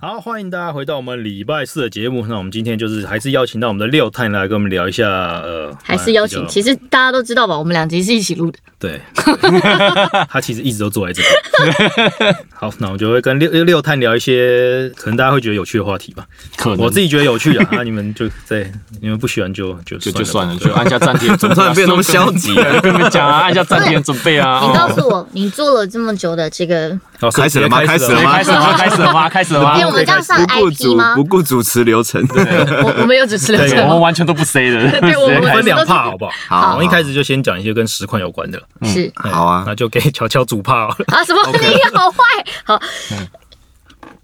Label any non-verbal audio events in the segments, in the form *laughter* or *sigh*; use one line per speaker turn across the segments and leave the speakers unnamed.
好，欢迎大家回到我们礼拜四的节目。那我们今天就是还是邀请到我们的六探来跟我们聊一下，呃，
还是邀请
比，较
其实大家都知道吧，我们两集是一起录的。
对， *laughs* 他其实一直都坐在这里。 *laughs* 好，那我就会跟六六探聊一些可能大家会觉得有趣的话题吧。
可能
我自己觉得有趣
*laughs*
啊，啊你们就对，你们不喜欢就就
就就算
了
了，
吧。啊
就按下暂停。 *laughs* 怎么
突然变那么消极啊
跟你们讲啊，按下暂停准备 *laughs* 啊。
你告
哦
诉我， *laughs* 你做了这么久的这个，
好，所以
开始了吗
直接
开始了吗
哎开始 *laughs* 了吗？开始了吗？开始了吗
因为？我们这样算
不顾
IP
主
吗
不？顾主持流程。 *laughs*
我我们有主持人
对
哎我们完全都不 say 的， *laughs*
对我
直接开
分
始
两帕好不好？
好
我们一开始就先讲一些跟实况有关的。
是
好啊
那就给乔乔主帕好了。
啊，什么你好坏好，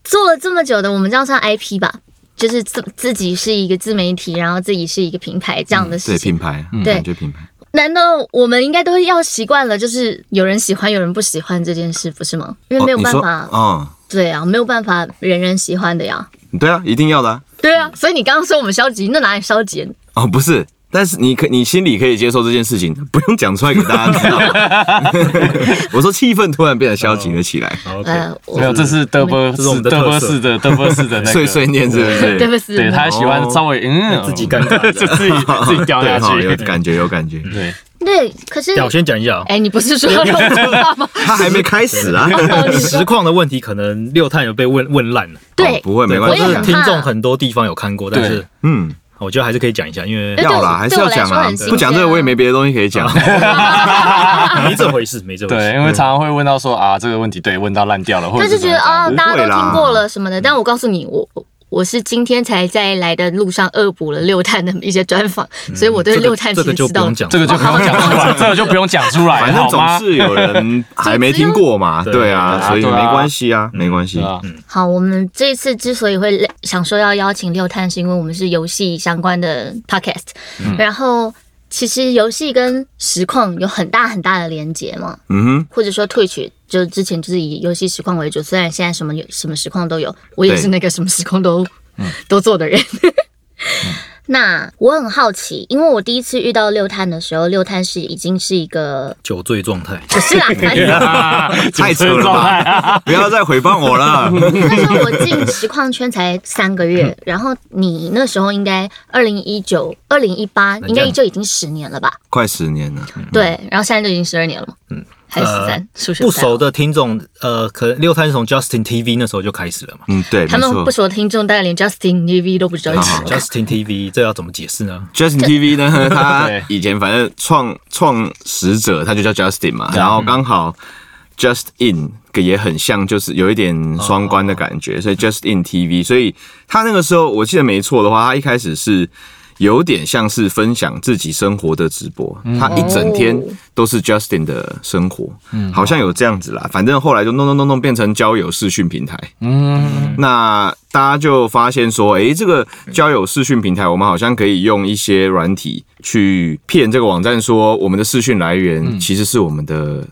做了这么久的，我们这样算 IP 吧，就是自自己是一个自媒体，然后自己是一个品牌这样的事
对
情。
品牌，嗯
对
感觉品牌
难道我们应该都要习惯了，就是有人喜欢，有人不喜欢这件事，不是吗？因为没有
哦你
办
说
法，
哦，
对啊，没有办法人人喜欢的呀。
对啊，一定要的啊
对啊，所以你刚刚说我们消极，那哪里消极？
哦，不是。但是你可你心里可以接受这件事情，不用讲出来给大家知道。
*laughs*
我说气氛突然变得消极了起来，
哦
好，OK，
呃，我
没有，这是德波
这是我
是
们的
德
特
波
色
士的德波士的那个
碎碎念是不
*laughs*
是？
对不起，
对他喜欢稍微嗯
自己尴尬
就 *laughs* 自己自己掉
对
下
哈，有
去。
感觉有
*laughs*
感觉，
对，
对，可是
对，我先讲一下啊。
哎，你不是说要让我知道吗？
他还没开始啊。
哦你
*laughs* 实
说
况的问题，可能六探有被问问烂了。
哦
对，
*laughs* 不会没关
我
系
我也
是
啊
很。
听众很多地方有看过，但是
对
嗯，
我觉得还是可以讲一下，因为
*laughs* 对
要啦，
我
还是要讲
对我来说
啊
很新。鲜
不讲这个我也没别的东西可以
*laughs*
讲。啊
啊
没这回事，没这回
对，
事。
因为常常会问到说啊这个问题，对，问到烂掉了，或者
但是觉得哦，
啊
不会啦
大家都听过了什么的，但我告诉你，我我我是今天才在来的路上恶补了六探的一些专访，所以我对
这
六
个
探
这
其
个
实
就
知
不
道
用。讲，
这个就不用讲
*laughs*
出来，这个就不用讲出来，
反正
好
总
吗？
是有人还没听过嘛，
对
对啊，
对啊
所以
对啊嗯
没关系啊，没关系
对。吧？
好，我们这一次之所以会想说要邀请六探，是因为我们是游戏相关的 podcast，、然后其实游戏跟实况有很大很大的连结嘛。
嗯
或者说退取，就之前就是以游戏实况为主，虽然现在什么有什么实况都有，我也
对
是那个什么实况都、 *laughs* 都做的人。
嗯
*laughs* 那我很好奇，因为我第一次遇到六探的时候，六探是已经是一
*laughs*
个
酒醉状态。
不是啦，反正
*laughs* 啊
太扯了吧！不要再诽谤我了。
那时候我进实况圈才三个
嗯
月，然后你那时候应该二零一九、二零一八，应该就已经十年了吧？
快十年了，
对，然后现在就已经十二年了嘛，嗯，还是啊十
嗯呃
三，数学
不
太
熟
好。
的听众，呃，可能六探是从 Justin TV 那时候就开始了嘛。
嗯，对，
他
没
们
错
不。熟的听众，大概连 Justin TV 都不知道是谁。
Justin TV 这要怎么解释呢？
Justin TV 呢，他
对
以前反正创创始者他就叫 Justin 嘛，然后刚好 Just In 也很像，就是有一点双关的感觉，所以 Just In TV，所以他那个时候我记得没错的话，他一开始是。有点像是分享自己生活的直播，他一整天
哦
都是 Justin 的生活，好像有这样子啦。反正后来就弄弄弄弄变成交友视讯平台，
嗯，
*laughs* 那大家就发现说，诶，这个交友视讯平台，我们好像可以用一些软体去骗这个网站，说我们的视讯来
嗯
源其实是我们的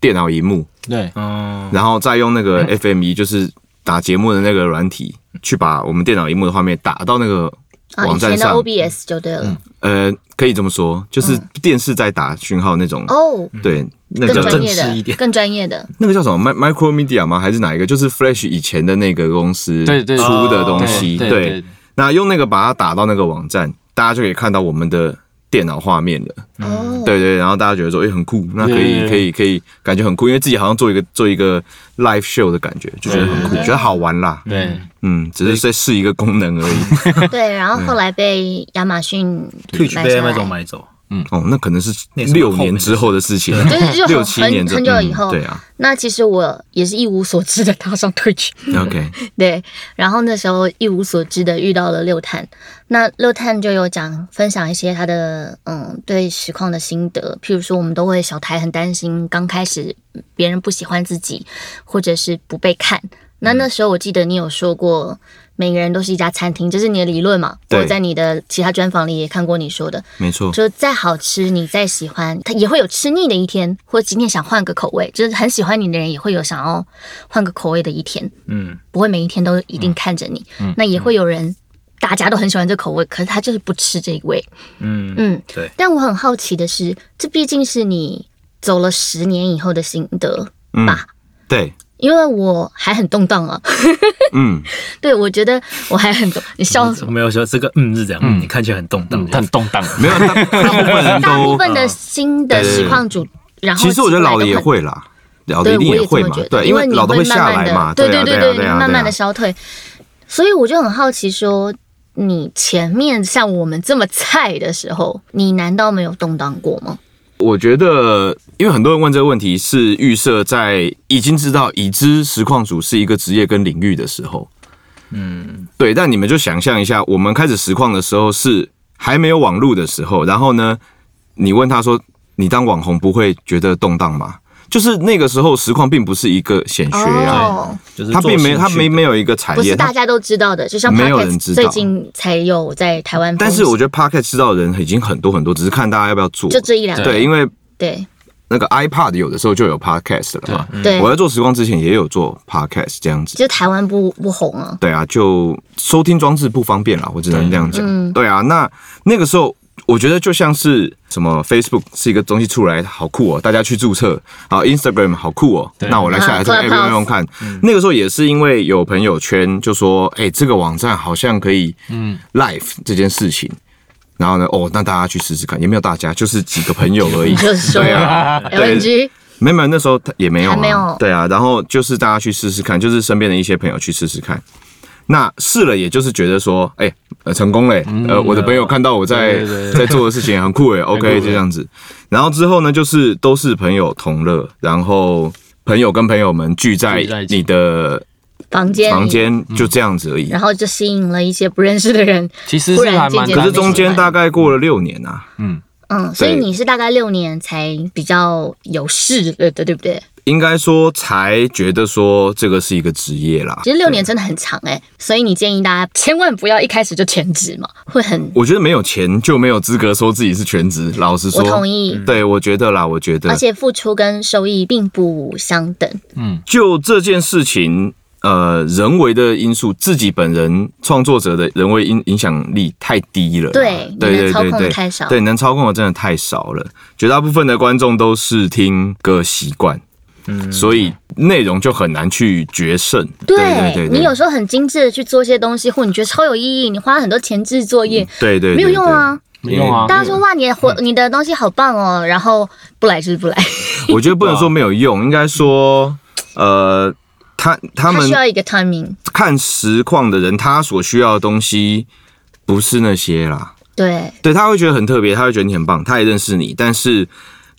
电脑荧幕，
对，
嗯，
然后再用那个 *laughs* FME，就是打节目的那个软体，去把我们电脑荧幕的画面打到那个
啊，以
网站
前的
上。
OBS 就对了。
呃，可以这么说，就是电视在打讯号那种。
哦，
对，嗯那
更
个
专业
正式一
的，
点
更专业的。
那个叫什么 Mi- Micromedia 吗？还是哪一个？就是 Flash 以前的那个公司
对哦对
出的东西。
对
对，那用那个把它打到那个网站，大家就可以看到我们的电脑画面了。
哦，
嗯对对，然后大家觉得说，哎、很酷，那可
嗯
以
对
可以可以，感觉很酷，因为自己好像做一个做一个 live show 的感觉，就觉得很
嗯
酷，觉得好玩啦。
对，
嗯，只是在试一个功能而已。
对，然后后来被亚马逊
退去被
下来
Amazon 买走。
嗯
哦，那可能是
那是
六年之后的事情，
就是就很
*laughs* 六七年之
很很久以后
嗯对啊
那其实我也是一无所知的踏上退去，
，OK，
对，然后那时候一无所知的遇到了六探，那六探就有讲分享一些他的嗯对实况的心得，譬如说我们都会小台很担心刚开始别人不喜欢自己，或者是不被看。那那时候我记得你有说过，每个人都是一家餐厅，这是你的理论嘛？
对
我在你的其他专访里也看过你说的，
没错，
就再好吃，你再喜欢，它也会有吃腻的一天，或者今天想换个口味，就是很喜欢你的人也会有想要换个口味的一天，
嗯，
不会每一天都一定看着你。
嗯
那也会有人，大家都很喜欢这口味，可是他就是不吃这一味。
嗯
嗯，
对。
但我很好奇的是，这毕竟是你走了十年以后的心得吧？
对，
因为我还很动荡啊。
嗯，
*laughs* 对，我觉得我还很动。你笑什么？
没有说这个嗯是这样，嗯，你看起来很动荡
嗯，很动荡。
没有，大大部分人
大部
都，
分的新的
啊对对对
实况主，然后
其实我觉得
进来
老的
都
也
很
会啦，老的
对，
哦一定
我也这
会
么
嘛
觉，得，
对，
因
为老的
你会
会下
慢慢
来
地
嘛，
对
啊，对
对
啊，
对，
对啊，
你慢慢
对
的
啊
消退。所以我就很好奇说。你前面像我们这么菜的时候，你难道没有动荡过吗？
我觉得，因为很多人问这个问题，是预设在已经知道已知实况组是一个职业跟领域的时候，嗯，对。但你们就想象一下，我们开始实况的时候是还没有网络的时候，然后呢，你问他说：“你当网红不会觉得动荡吗？”就是那个时候，实况并不是一个显学啊，
哦，
就是
它并没
做
它
兴趣
没
的
没有一个产
不
业，
是
它
大家都知道的，就像
没有人
podcast
知道
最近才有在台湾风
但
行，
是我觉得 Pocket 知道的人已经很多很多，只是看大家要不要做。
就这一两
对，因为
对
那个 iPad 有的时候就有 Podcast 了嘛。
对
我，在做时光之前也有做 podcast 这样子。
就台湾不不红啊，
对啊，就收听装置不方便啦，我只能这样讲。
嗯
对啊，那那个时候我觉得就像是什么 Facebook 是一个东西出来，好酷哦，大家去注册。好，Instagram 好酷哦，那我来下载这个
啊
app
，Clubhouse
用用看。那个时候也是因为有朋友圈就说，哎、这个网站好像可以，嗯，live 这件事情。然后呢，哦，那大家去试试看，也没有大家，就是几个朋友而已
你。 *laughs* 就说
对啊
LNG
没有没有，那时候他也没有、啊，
还没有
对啊，然后就是大家去试试看，就是身边的一些朋友去试试看。那试了，也就是觉得说，哎、呃，成功嘞、呃，我的朋友看到我在
对对对
在做的事情很 *laughs* 酷哎、o
很
k
酷
就这样子。然后之后呢，就是都是朋友同乐，然后朋友跟朋友们聚在
聚在一起
你的嗯
房间里
房，间，就这样子而已。
然后就吸引了一些不认识的人，
其实
忽
是
然
还蛮
间
难的，
间
可是中间大概过了六年啊，
嗯，所以
对
你是大概六年才比较有势的，对不对？
应该说才觉得说这个是一个职业啦。
其实六年真的很长哎、所以你建议大家千万不要一开始就全职嘛，会很
我觉得没有钱就没有资格说自己是全职。老实说，嗯
我同意，
对，我觉得啦，我觉
而
得
且付出跟收益并不相等。
就这件事情，呃，人为的因素，自己本人创作者的人为影影响力太低了啦，
对你
对
能
对
操
对
控的
对，
太少
对，能操控的真的太少了。绝大部分的观众都是听歌习惯，嗯，所以内容就很难去决胜。对对对，
你有时候很精致的去做一些东西，或你觉得超有意义，你花了很多前置作业，
对嗯对对嗯
没有用啊。
没用啊
大，家说哇，你的活你的东西好棒哦，然后不来就是不来，
对我觉得不能说没有用，应该说，呃，他他
它
们
需要一个 timing。
看实况的人，他所需要的东西不是那些啦。
对，
对，他会觉得很特别，他会觉得你很棒，他也认识你，但是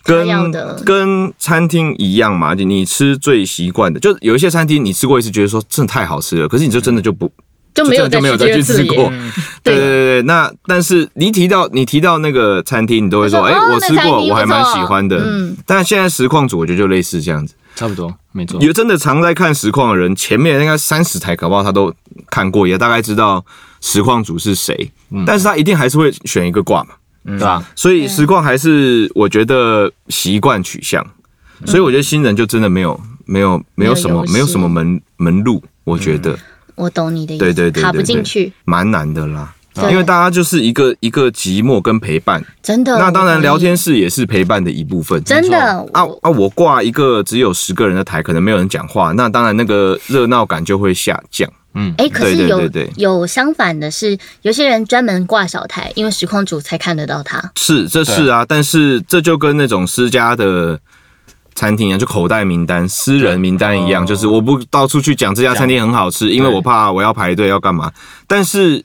他要
跟
的
跟餐厅一样嘛，就你吃最习惯的，就有一些餐厅你吃过一次，觉得说真的太好吃了，可是你就真的就不、
就没有
真的就没有
再
再
去
去吃
第二
过
次了耶。。
对对对对，那但是你提到你提到那个餐厅，你都会说，
就
哎、
说哦
我吃
那餐
过，
厅
我还
不错
蛮喜欢的。
嗯，
但现在实况组我觉得就类似这样子，
差不多，没错。
有真的常在看实况的人，前面应该三十台，搞不好他都看过，也大概知道实况组是谁，
嗯
但是他一定还是会选一个挂嘛。
对吧？
所以实况还是我觉得习惯取向，
嗯
所以我觉得新人就真的没有没有没有什么
没有优势
没有什么门门路，我觉
嗯
得
我懂你的意思，
对对对对
卡不
对
进去，
蛮难的啦。
对
因为大家就是一个一个寂寞跟陪伴，
真的。
那当
我同
然
意
聊天室也是陪伴的一部分。
真的
啊
我
啊！我挂一个只有十个人的台，可能没有人讲话，那当然那个热闹感就会下降。
哎，可是
对对
有
对对
有相反的是，有些人专门挂小台，因为实况组才看得到他。
是，这是啊，但是这就跟那种私家的餐厅一样，就口袋名单、私人名单一样，
哦
就是我不到处去讲这家餐厅很好吃，因为我怕我要排队要干嘛。但是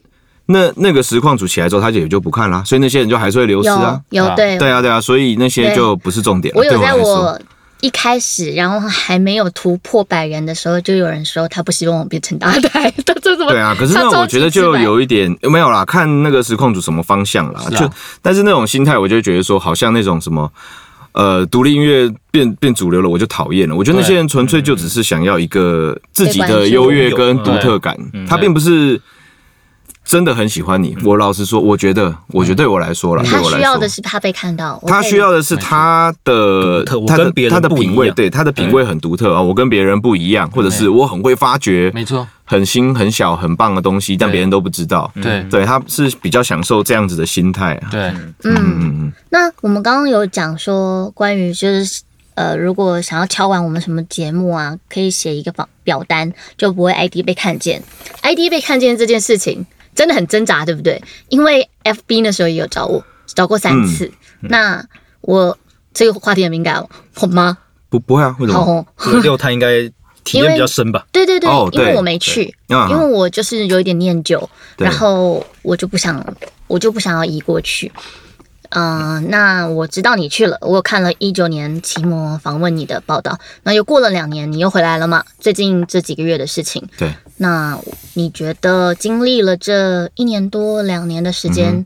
那那个实况组起来之后，他也就不看啦，所以那些人就还是会流失啊
有。有
对
对，
对啊，对啊，所以那些
对
就不是重点了。
我
对
有在
来说，
我一开始，然后还没有突破百人的时候，就有人说他不希望我变成大台， *laughs* 他这怎么？
*laughs* 对啊，可是那
他超
我觉得
级直
就
白
有一点没有啦，看那个实况组什么方向啦。
是啊
就但是那种心态，我就会觉得说，好像那种什么。呃，独立音乐变变主流了，我就讨厌了。我觉得那些人纯粹就只是想要一个自己的优越跟独特感，
嗯
他并不是真的很喜欢你。我老实说，我觉得，我觉得对我来说啦，对
他
我来
需
说，
要的是怕被看到，我
嗯他
可以
需要的是他
独
的
特我
他的
跟别人
他的
不一
品味，
样
对他的品味很独特啊，我跟别人不一样，或者是我很会发掘，
没错，
很新、很小、很棒的东西，但
对
别人都不知道。
对
对，他是比较享受这样子的心态啊。
对，
嗯，那我们刚刚有讲说关于就是。呃，如果想要敲完我们什么节目啊，可以写一个表表单，就不会 ID 被看见。ID 被看见这件事情真的很挣扎，对不对？因为 FB 那时候也有找我，找过三次。
嗯
那我这个话题很敏感哦，我妈
不不会啊，为什
好
么？
这
红，
个六探应该体验比较深吧？
对对对，
哦
因为
对
我没去，
啊
因为我就是有一点念旧，
对
然后我就不想，我就不想要移过去。嗯、那我知道你去了，我有看了一九年奇摩访问你的报道，那又过了两年，你又回来了嘛？最近这几个月的事情，
对，
那你觉得经历了这一年多两年的时
嗯
间，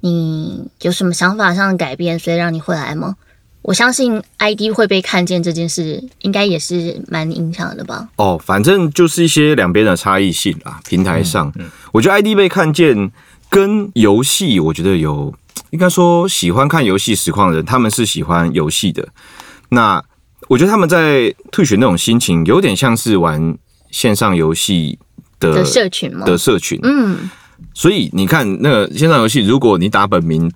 你有什么想法上的改变，所以让你回来吗？我相信 ID 会被看见这件事，应该也是蛮影响的吧？
哦，反正就是一些两边的差异性啊。平台上，
嗯
我觉得 ID 被看见跟游戏，我觉得有应该说喜欢看游戏实况的人，他们是喜欢游戏的。那我觉得他们在退选那种心情，有点像是玩线上游戏的
的社群吗？
呃的社群。
嗯，
所以你看，那个线上游戏，如果你打
*laughs*
本名，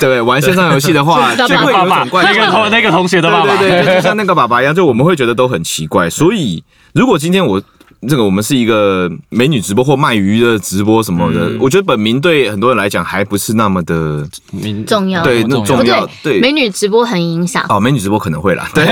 对不对？玩线上游戏的话，就
对
会有一种怪
那个同那个同学的爸爸，
对对对，就像那个爸爸一样，就我们会觉得都很奇
*laughs*
怪。所以如果今天我这个我们是一个美女直播或卖鱼的直播什么的，
嗯
我觉得本名对很多人来讲还不是那么的
你
重要哦
对那重
不
要对
美女直播很影响，
哦，美女直播可能会啦，对，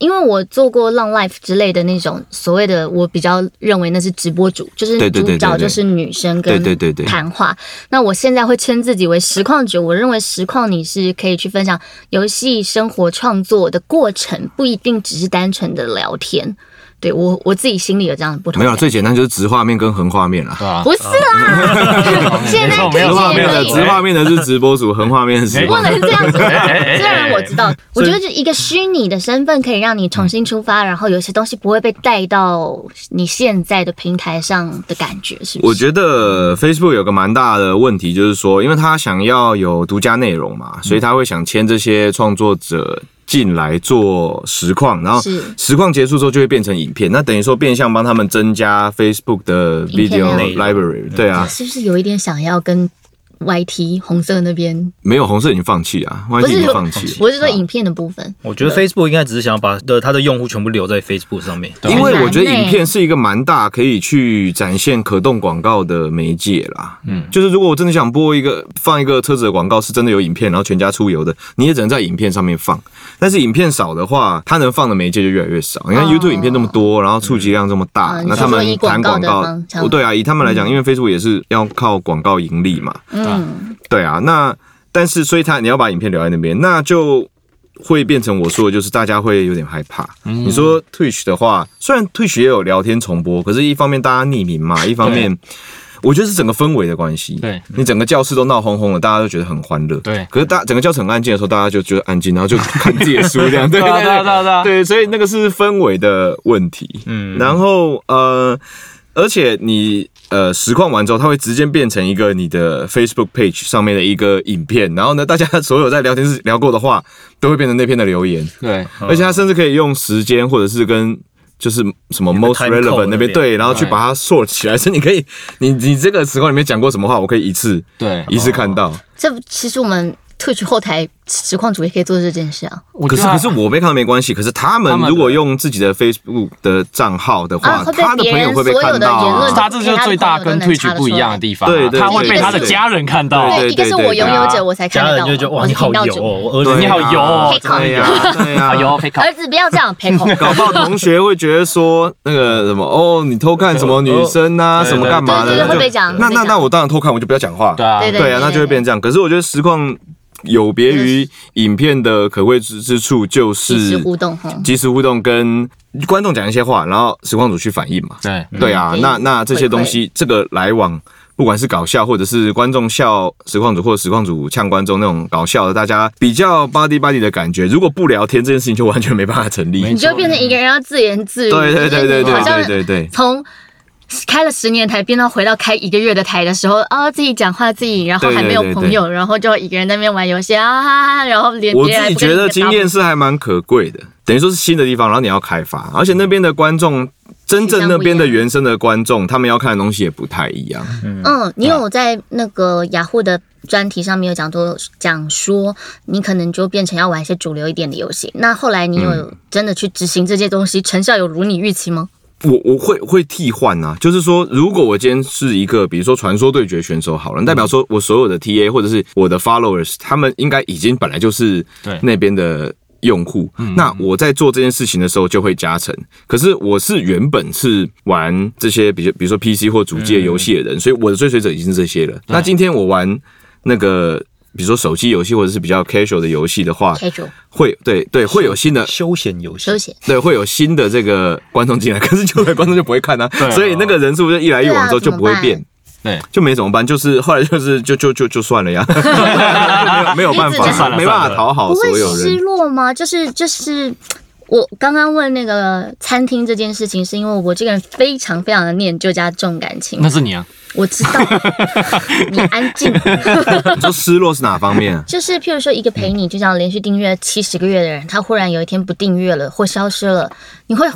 因为我做过浪 life 之类的那种所谓的，我比较认为那是直播主，就是
对对
主
对
角
对
就
对
是女生跟
对对对对
谈话。那我现在会称自己为实况主，我认为实况你是可以去分享游戏、生活、创作的过程，不一定只是单纯的聊天。对我我自己心里有这样的不同
*laughs* 没
感，
有最简单就是直画面跟横画面啦。
对吧？
不是啦，现在
没有
直
没有
画
推
面
荐
的
而
直
已。
画面的是直播组，横画面是
不能这
*laughs*
样子，
哎
虽然
*laughs*
我知道，我觉得一个虚拟的身份可以让你重新出发，然后有些东西不会被带到你现在的平台上的感觉，是不是？
我觉得 Facebook 有个蛮大的问题，就是说，因为他想要有独家内容
嗯
嘛，所以他会想签这些创作者进来做实况，然后
是
实况结束之后就会变成影片，那等于说变相帮他们增加 Facebook 的
影片
video
量
library。对啊，
是不是有一点想要跟 YT 红色那边，
没有红色已经放弃啊，万
不
一已
是
经放弃啊了。
我是说影片的部分，
我觉得 Facebook 应该只是想要把的它的用户全部留在 Facebook 上面。
对
因为
很难
我觉得
欸
影片是一个蛮大可以去展现可动广告的媒介啦。嗯，就是如果我真的想播一个放一个车子的广告，是真的有影片，然后全家出游的，你也只能在影片上面放。但是影片少的话，它能放的媒介就越来越少。你看
哦
YouTube 影片这么多，然后触及量这么大，
嗯
那他
你
们
说以
谈
广
广
告的
告
方向，
对啊，以他们来讲，因为 Facebook 也是要靠广告盈利嘛。
嗯，
对啊，那但是所以他你要把影片留在那边，那就会变成我说的，就是大家会有点害怕。
嗯
你说 Twitch 的话，虽然 Twitch 也有聊天重播，可是一方面大家匿名嘛，一方面我觉得是整个氛围的关系。
对，
你整个教室都闹哄哄的，大家都觉得很欢乐。
对
可是大整个教室很安静的时候，大家就觉得安静，然后就看自己的书这样。
*laughs*
对
对啊对啊
对
对啊对啊
对，对，所以那个是氛围的问题。
嗯，
然后呃，而且你呃实况完之后，它会直接变成一个你的 Facebook page 上面的一个影片，然后呢，大家所有在聊天室聊过的话，都会变成那篇的留言，
对，
啊
而且它甚至可以用时间或者是跟。就是什么
有个
most
time code
relevant 那
那
边
边
对，然后去把它 sort 起来，所以你可以， *laughs* 你你这个实况里面讲过什么话，我可以一次
对
一次看
啊
到。
这其实我们 Twitch 后台实况主也可以做这件事啊，
我
可
觉
是
得
可是我被看到没关系，可是他们
他们的
如果用自己的 Facebook 的账号的话，
啊会被
他的
别
朋友
人
会被
所有
看
的
到、
言论
啊。
他这就是最大跟退群不一样的地方啊，
对对对
他会被他的家人看到啊，
哦对
一个是我拥有者我才看
家
得
人
到，
就觉得哇，你好
我是
油
频道主
哦，我儿子
对你好油哦
啊对呀、对呀、
啊有可以看
儿子不要这样，陪我。
*laughs* 搞不好同学会觉得说那个什么哦，你偷看什么女生啊，
对
什么干嘛
对对
的？
对
那就
会被讲
那
会被
那
讲
那我当然偷看，我就不要讲话。
对啊，
对
对啊，那就会变这样。可是我觉得实况有别于影片的可贵之之处，就
即时
是
互动哈。
即时互动跟观众讲一些话，然后实况组去反应嘛。
对
对啊，
嗯
那那这些东西，这个来往，不管是搞笑，或者是观众笑实况组，或者实况组呛观众那种搞笑的，大家比较 body body 的感觉。如果不聊天，这件事情就完全没办法成立。
没
你就变成一个人要自言自语，
对对对对
就是你好
对
像
对对对，
从开了十年台变到回到开一个月的台的时候，啊，自己讲话自己，然后还没有朋友，然后就一个人在那边玩游戏啊，哈哈，然后连
我
别人
自
还
己
不跟
觉
你
得
打招
经
呼
验是还蛮可贵的，等于说是新的地方，然后你要开发，而且那边的观众真正那边的原生的观众，他们要看的东西也不太一样。
嗯，你有在那
啊
个雅虎的专题上面有讲说，讲说你可能就变成要玩一些主流一点的游戏。那后来你
嗯
有真的去执行这些东西，成效有如你预期吗？
我我会会替换啊，就是说，如果我今天是一个比如说传说对决选手好了，代表说我所有的 TA 或者是我的 followers，他们应该已经本来就是
对
那边的用户，那我在做这件事情的时候就会加成。可是我是原本是玩这些比较比如说 PC 或主机的游戏的人，所以我的追随者已经是这些了。那今天我玩那个。比如说手机游戏或者是比较 casual 的游戏的话，
Casual
会对对会有新的
休闲游戏
休，息。
对，会有新的这个观众进来，可是旧的观众就不会看啊，
对
所以那个人数就一来一往之后
对啊
就不会变
怎么。
对，
就没怎么办，就是后来就是就就就就算了呀， *laughs* 没有没有办
一直这
法，
样
没办法讨好
不会
哦所有
失
人。
落吗？就是就是，我刚刚问那个餐厅这件事情，是因为我这个人非常非常的念旧加重感情
那。是你啊，
我知道， *laughs* 你安静。
你说失落是哪方面啊？
就是譬如说，一个陪你就这样连续订阅七十个月的人，他忽然有一天不订阅了或消失了，你会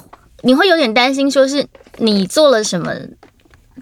你会有点担心，说是你做了什么，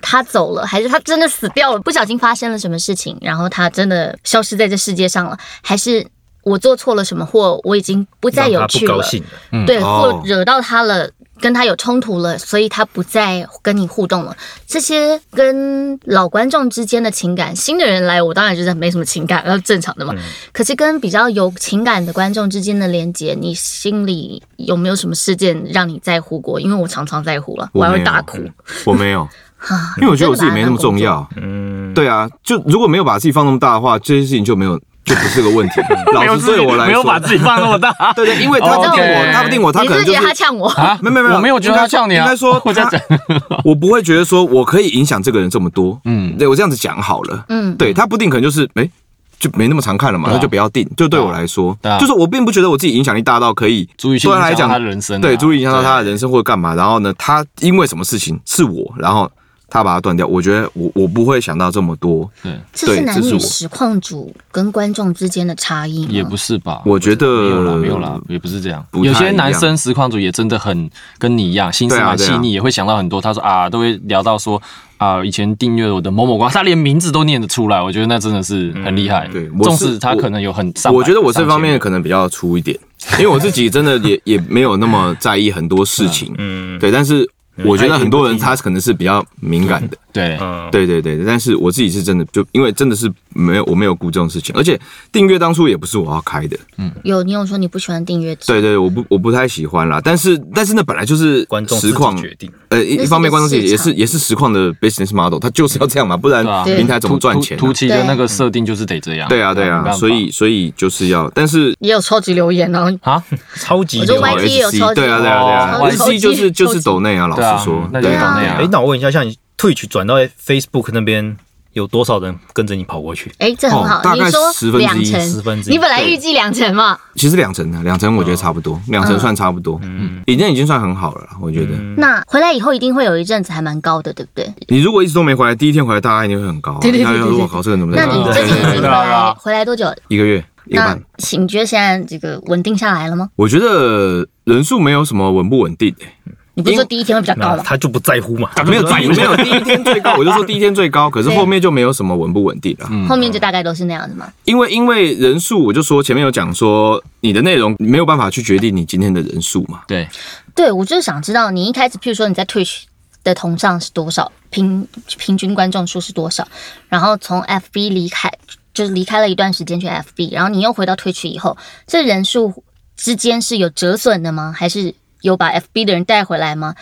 他走了，还是他真的死掉了，不小心发生了什么事情，然后他真的消失在这世界上了，还是我做错了什么，或我已经不再
让
有
他
趣
不高
了，
兴了。
嗯
对，
哦
或惹到他了，跟他有冲突了，所以他不再跟你互动了。这些跟老观众之间的情感，新的人来，我当然就是没什么情感，然后正常的嘛。
嗯
可是跟比较有情感的观众之间的连接，你心里有没有什么事件让你在乎过？因为我常常在乎了，我还
没
会
有
大哭。
*laughs*
*laughs*
我没有，
哈
因为我觉得我自己没那么重。要。
嗯，
对啊，就如果没有把自己放那么大的话，这些事情就没有就不是个 *laughs* 问题。
没有
老
自
师
己
对我来说，。
没有把自己放那么大
对对，因为他不定
OK
我，他不定我，他
哦你
可
是
能就
觉
是
得他呛我？
啊
没有没有，
我没有觉得他像你啊。
应该说， *laughs*
我在讲， *laughs*
我不会觉得说我可以影响这个人这么多。嗯，对我这样子讲好了。
嗯，
对他不定可能就是哎、诶就没那么常看了嘛，
对啊
那就不要定。就对我来说
对啊，
就是我并不觉得我自己影响力大到可以
足以去
对来
影响
讲
到他的人生啊
对，足以影响到他的人生或者干嘛。然后呢，他因为什么事情是我，然后他把它断掉，我觉得我我不会想到这么多。
这是
对
男
这是
女
我
实况主跟观众之间的差异吗？
也不是吧？
我觉得
啊没有啦，没有啦，也不是这样。
呃不太
有些男生实况组也真的很跟你一样，心思蛮细
对啊对
腻，
啊
也会想到很多。他说啊，都会聊到说啊，以前订阅我的某某光，他连名字都念得出来，我觉得那真的是很厉害。
嗯对我
纵
是
使他可能有很上百，
我觉得我这方面
上千
可能比较粗一点，因为我自己真的也也没有那么在意很多事
*laughs*
情。
啊
嗯
对，但是我觉得很多人
嗯他
他可能是比较敏感的。
对
嗯，
对对对，但是我自己是真的就因为真的是没有我没有顾这种事情，而且订阅当初也不是我要开的，
有你有说你不喜欢订阅制？
对对，我不我不太喜欢啦。但是但是那本来就是
观众自
实
己
况，
决定，
呃
那
一
是
一方
个
面观众自己也
市
是
场
也是实况的 business model，它就是要这样嘛，不然
对啊
平台怎么赚钱啊、
突起的那个设定就是得这样。
对啊对
没
啊，
办法
所以所以就是要，但是
也有超级留言哦，
啊，
超级
我就
流
歪
行
YT 也有
对
超
啊
级
对啊对啊
哦
，YC 就是
超级
就是抖内啊，老
对啊
实说，
那就
对
是
啊
懂那
哎
样，。
那我问一下，像你 Twitch 转到 Facebook 那边，有多少人跟着你跑过去？
哎，这很好
哦。大
你
概10
说
分之一
两
10分
成，
之一
你本来预计两成嘛？
其实两成的，两成我觉得差不多，两成算差不多，嗯，已经已经算很好了啦，我觉
嗯
得。
那回来以后一定会有一阵子还蛮高的，对不对？
你如果一直都没回来，第一天回来大家一定会很高啊，
对对对
大家就
对
说
对
我靠，这个人怎么在
那
这
你
里？
最近已
对
经
对对
回
对
来
啊
回来多久？
一个月一个
那
半。
醒觉现在这个稳定下来了吗？
我觉得人数没有什么稳不稳定、欸，
你不是说第一天会比较高
那
吗？
他就不在乎嘛，
没有第一没有第一天最高，我就说第一天最高，可是后面就没有什么稳不稳定了、
嗯
后面就大概都是那样子嘛。
因为因为人数，我就说前面有讲说你的内容没有办法去决定你今天的人数嘛，
对，
对，我就是想知道你一开始，譬如说你在 Twitch 的同上是多少，平平均观众数是多少，然后从 FB 离开，就是离开了一段时间去 FB，然后你又回到 Twitch 以后，这人数之间是有折损的吗？还是有把 FB 的人带回来吗？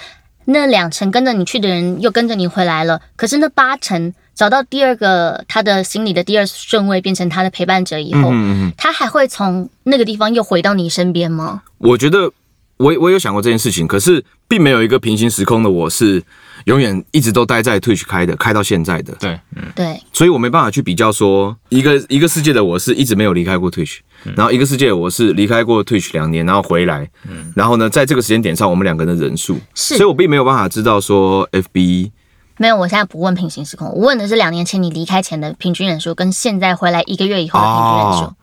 那两成跟着你去的人又跟着你回来了，可是那八成找到第二个他的心里的第二顺位变成他的陪伴者以后，他还会从那个地方又回到你身边吗？
我觉得我我有想过这件事情，可是并没有一个平行时空的我是永远一直都待在 Twitch 开的，开到现在的，
对，
对，
所以我没办法去比较说一个一个世界的我是一直没有离开过 Twitch，、然
嗯
后一个世界的我是离开过 Twitch 两年，然后回来，
嗯
然后呢，在这个时间点上我们两个人的人数，
是
所以我并没有办法知道说 FB
没有，我现在不问平行啊时空，我问的是两年前你离开前的平均人数跟现在回来一个月以后的平均人数。
哦，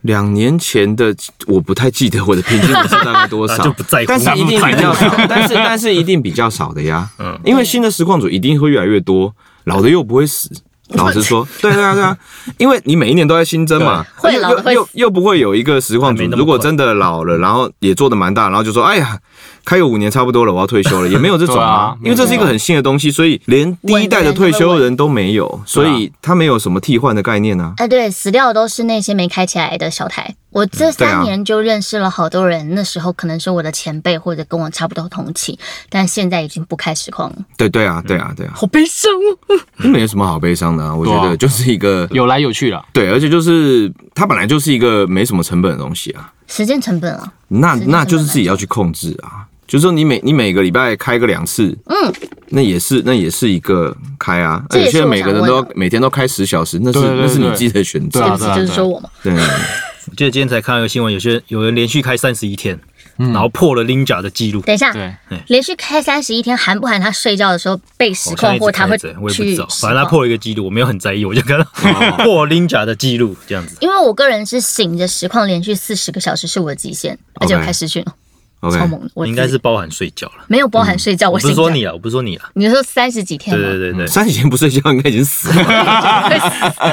两年前的我不太记得我的平均人数大概多
*laughs*
少，
那啊哎就不在乎
但是一定比较少，但是但是一定比较少的呀。嗯，因为新的实况组一定会越来越多，老的又不
*laughs*
会死。老实说，对对啊对啊，因为你每一年都在新增嘛，
对会
又
老的会
又又不会有一个实况组
还没，那么
如果
快
真的老了，然后也做的蛮大，然后就说哎呀，开个五年差不多了，我要退休了，也没有这种啊
对啊，
因为这是一个很新的东西，所以连第一代的退休人都没有，所以他没有什么替换的概念啊。
哎，对，死掉的都是那些没开起来的小台。我
嗯
这
对啊
三年就认识了好多人，那时候可能是我的前辈或者跟我差不多同期，但现在已经不开实况了，
对对啊，对啊，对啊，
好悲伤哦。 *laughs*
没有什么好悲伤的啊，我觉
对啊
得就是一个
有来有去啦。
对，而且就是它本来就是一个没什么成本的东西啊，
时间成本啊，
那
时间成本
那就是自己要去控制啊。就是说你每你每个礼拜开个两次，
嗯，
那也是那也是一个开啊。
这
而
也
且
是
现在
我
每个人
想
都
问
要
的
每天都开十小时，那是
对对对啊
那是你自己的选
对
择
啊。
这不是就是说我吗？
对，
*laughs*
我记得今天才看到一个新闻，有些人有人连续开三十一天，然后破了 Linja 的记录。
等一下，
对，
连续开三十一天，含不含他睡觉的时候被实
我现在
况
一
或
直
他
开
会
着，我也不
去
知
实
道，反正他
况
破了一个记录，我没有很在意，我就看到 *laughs* 破 Linja 的记录这样子。
因为我个人是醒着实况连续四十个小时是我的极限，而且我
OK
开视讯了，
OK，
超猛的。我
应该
自己
是包含睡觉了，
没有包含睡觉，
嗯我
我
不
醒
是
着。
说你啊，我不是说你啊，
你说三十几天
对
吗？
对对对，
三十天不睡觉应该已经死了。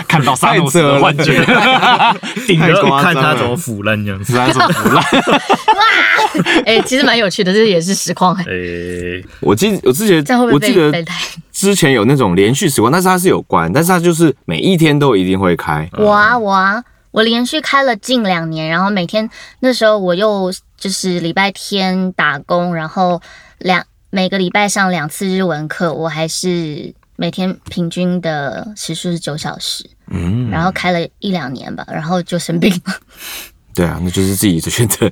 看到沙诺斯的幻
*laughs*
觉，
*laughs* 顶
太
着
夸张
看他
了
怎么腐烂这样子。
实在是腐烂。
*laughs* 哎、其实蛮有趣的，这也是实况、哎，
诶，
我记我之前
*laughs* 这样会不
我
会
记
被
得
被逮？
之前有那种连续时光，但是它是有关，但是它就是每一天都一定会开。
嗯
我啊我啊，我连续开了近两年，然后每天那时候我又就是礼拜天打工，然后两每个礼拜上两次日文课，我还是每天平均的时数是九小时，
嗯，
然后开了一两年吧，然后就生病了。
对啊，那就是自己的
*laughs*
选择。
因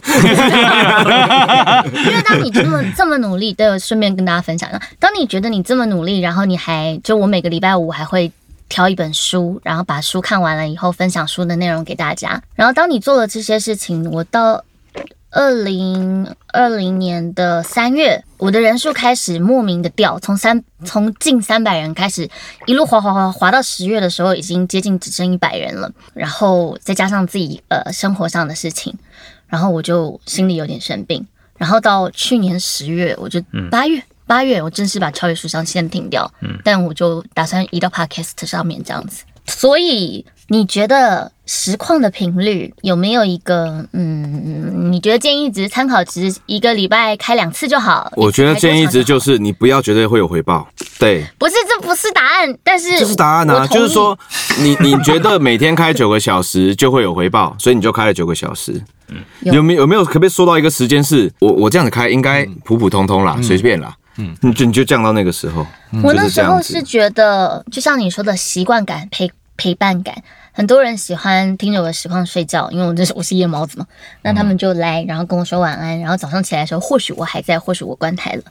为当你这么这么努力，对，顺便跟大家分享一下，当你觉得你这么努力，然后你还就我每个礼拜五还会挑一本书，然后把书看完了以后分享书的内容给大家。然后当你做了这些事情，我到二零二零年的三月，我的人数开始莫名的掉，从三从近三百人开始一路滑滑滑滑到十月的时候，已经接近只剩一百人了。然后再加上自己呃生活上的事情，然后我就心里有点生病。然后到去年十月，我就
嗯
八月八、月，我正式把超越书香先停掉，但我就打算移到 Podcast 上面这样子。所以你觉得实况的频率有没有一个嗯？你觉得建议值参考值一个礼拜开两次就好？
我觉得
一次开
建议
多长
值
好
就是你不要觉得会有回报，对，
不是这不是答案，但是
这是答案
我
啊。
同意
就是说，你你觉得每天开九个小时就会有回报， *laughs* 所以你就开了九个小时。
有
有没有有没有可不可以说到一个时间是我我这样子开应该普普通通啦，随、便啦，嗯，你就你就降到那个时候。
我
嗯就
那
是这
时
样
候
子
是觉得，就像你说的习惯感、陪陪伴感，很多人喜欢听着我的实况睡觉，因为我这是我是夜猫子嘛。那他
嗯
们就来，然后跟我说晚安，然后早上起来的时候，或许我还在，或许我关台了，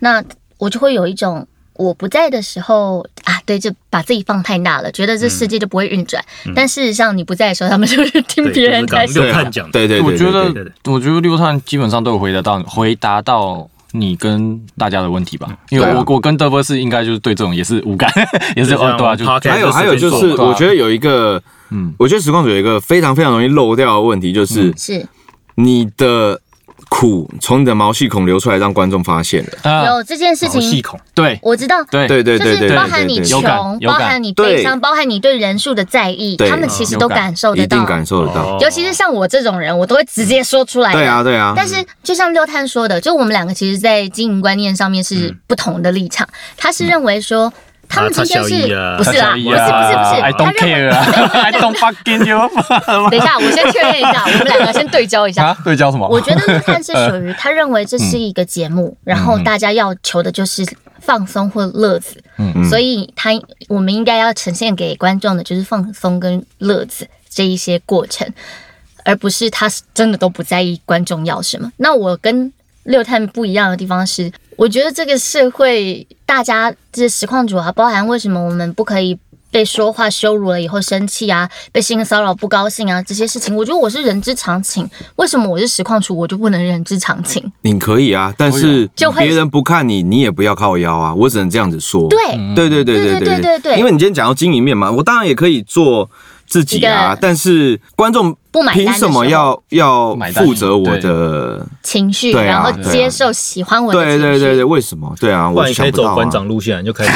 那我就会有一种。我不在的时候啊，对，就把自己放太大了，觉得这
嗯
世界就不会运转。但事实上，你不在的时候，他们就是 *laughs* 听
对
别人
就是刚
在
六
说。
看讲的，
对对对，
我觉
对
得
对，
我觉得六探基本上都有回答到回答到你跟大家的问题吧，因为
对
我
啊
我跟德波士应该就是对这种也是无感，也是
就
哦
像
对啊，
我
就
podcast
还有还有就
随
是
便
做
我觉得有一个，嗯，我觉得实况组有一个非常非常容易漏掉的问题，就是
是
你的苦从你的毛细孔流出来，让观众发现了。
啊
有这件事
毛细
情，
孔，
对
我知道，
对
对对对
就
对
是
对
包含
对
你
对
有
穷
感有，
包
感
含你
对
悲伤，包含你对人数的在意，
对
他们其实
嗯
都
有感
感受
一
哦得
定
到。
感受得到。
哦
尤其是像我这种人，我都会直接说出来。
对啊，。对啊。
但是就像六探说的，就我们两个其实，在经营观念上面
嗯
是不同的立场。他是认为说，他们之间
啊
是
差小一啊
不是啦？
小
不是
姨
不是不
啊
是，
，I
他
don't
认为。
care 啊，I don't fucking give
等一下，我先确认一下，我们两个先对焦一
a
下
啊。，对叫什么？
我觉得六探是属于他认为这是一个节目，然后大家要求的就是放松或乐子。
嗯
所以他我们应该要呈现给观众的就是放松跟乐子这一些过程，而不是他真的都不在意观众要什么。那我跟六探不一样的地方是，我觉得这个社会大家这实况主啊，包含为什么我们不可以。被说话羞辱了以后生气啊，被性骚扰不高兴啊，这些事情，我觉得我是人之常情。为什么我是实况主，我就不能人之常情？
你可以啊，但是
就会
别人不看你，你也不要靠腰啊。我只能这样子说。
对，
对对对对
对对对对对
因为你今天讲到经营面嘛，我当然也可以做自己
一
啊
个，
但是观众
不买单的时
凭
候
什么要要
买单
负责我的？
情绪，
对啊
然后
对啊
接受喜欢我的情
对
绪。
对对对，为什么？对啊，
不
我
然你可
想
以
不到
走
啊
馆长路线，你就开始。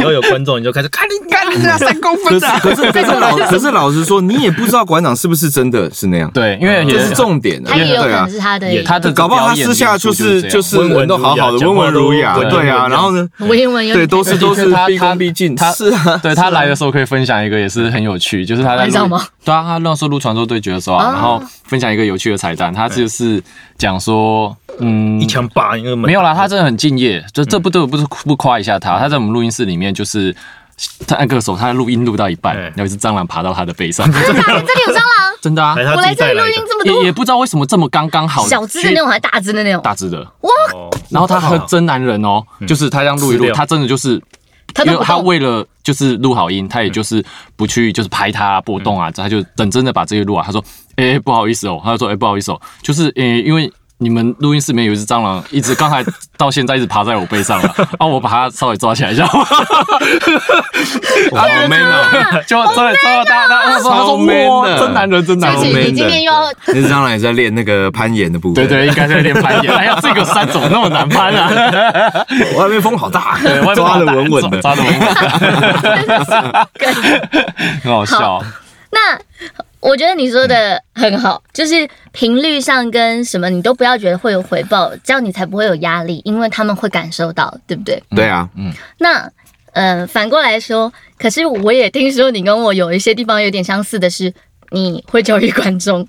以后有观 *laughs* 众，你就开始看你看你这样三公
可是可是可是老
*laughs*
可是老实说，你也不知道馆长是不是真的是那样，
对，因为
这
也
是重点啊。
他也有可
对啊
能，是他的
也
他的
搞不好他
表演
私下
演出
就
就是
是
这样
就是
温文
人都好好的，
儒雅
温文儒雅
讲话，都
对
温
啊。
文
然后
*laughs*
呢，
文文有 *laughs*
对，都是
对就
都
是
是
他
毕
他
恭毕敬，
他
是啊，
对他来的时候可以分享一个也是很有趣，就是他在
晚上
录
吗，
对啊，他那时候录《传说对决》的时候啊，
哦
然后分享一个有趣的彩蛋，他就是讲说，嗯
一，枪把你那个门嗯
没有啦，他真的很敬业，就这不得不不夸一下他，他在我们录音室里面就是。他那个手，他录音录到一半
哎，
有一只蟑螂爬到他的
*laughs*
背上，
啊这里有蟑螂，
*laughs* 真的啊
还，是
我
哎他自
来
己
这
带
里录
来
音
的。
这么
也也
多，
不知道为什么这么刚刚好，
小只的那种还是大只的那种，
大只的，
哦
然后他和真男人哦，就是他这样录一
吃
录，
嗯掉
他真的就是
他
因
都
为
不
他
动。
为了就是录好音，他也就是不去就是拍他、啊、波动啊，他就等真的把这些录啊。他说：“哎、不好意思哦。”他就说：“哎、不好意思哦，就是呃、因为你们录音室里面有一只蟑螂，一直刚才到现在一直爬在我背上了，啊，我把它稍微抓起来一下，
啊好 man 哦，
就真的抓了他，他他说他
超 man
说哇，
的
真男人，真男
对
好
不
我
起，
们
人。”
你今天又要
*laughs* 那是当然也在练那个攀岩的部分，
对对，应该在练攀岩。哎呀，这个山怎么那么难攀啊？
对，外面风好大
对，外面
*laughs* 抓的稳稳的，
抓的稳稳的，很好笑。
那我觉得你说的很好，就是频率上跟什么你都不要觉得会有回报，这样你才不会有压力，因为他们会感受到，对不对？
对啊，
那呃，反过来说，可是我也听说你跟我有一些地方有点相似的是，你会教育观众，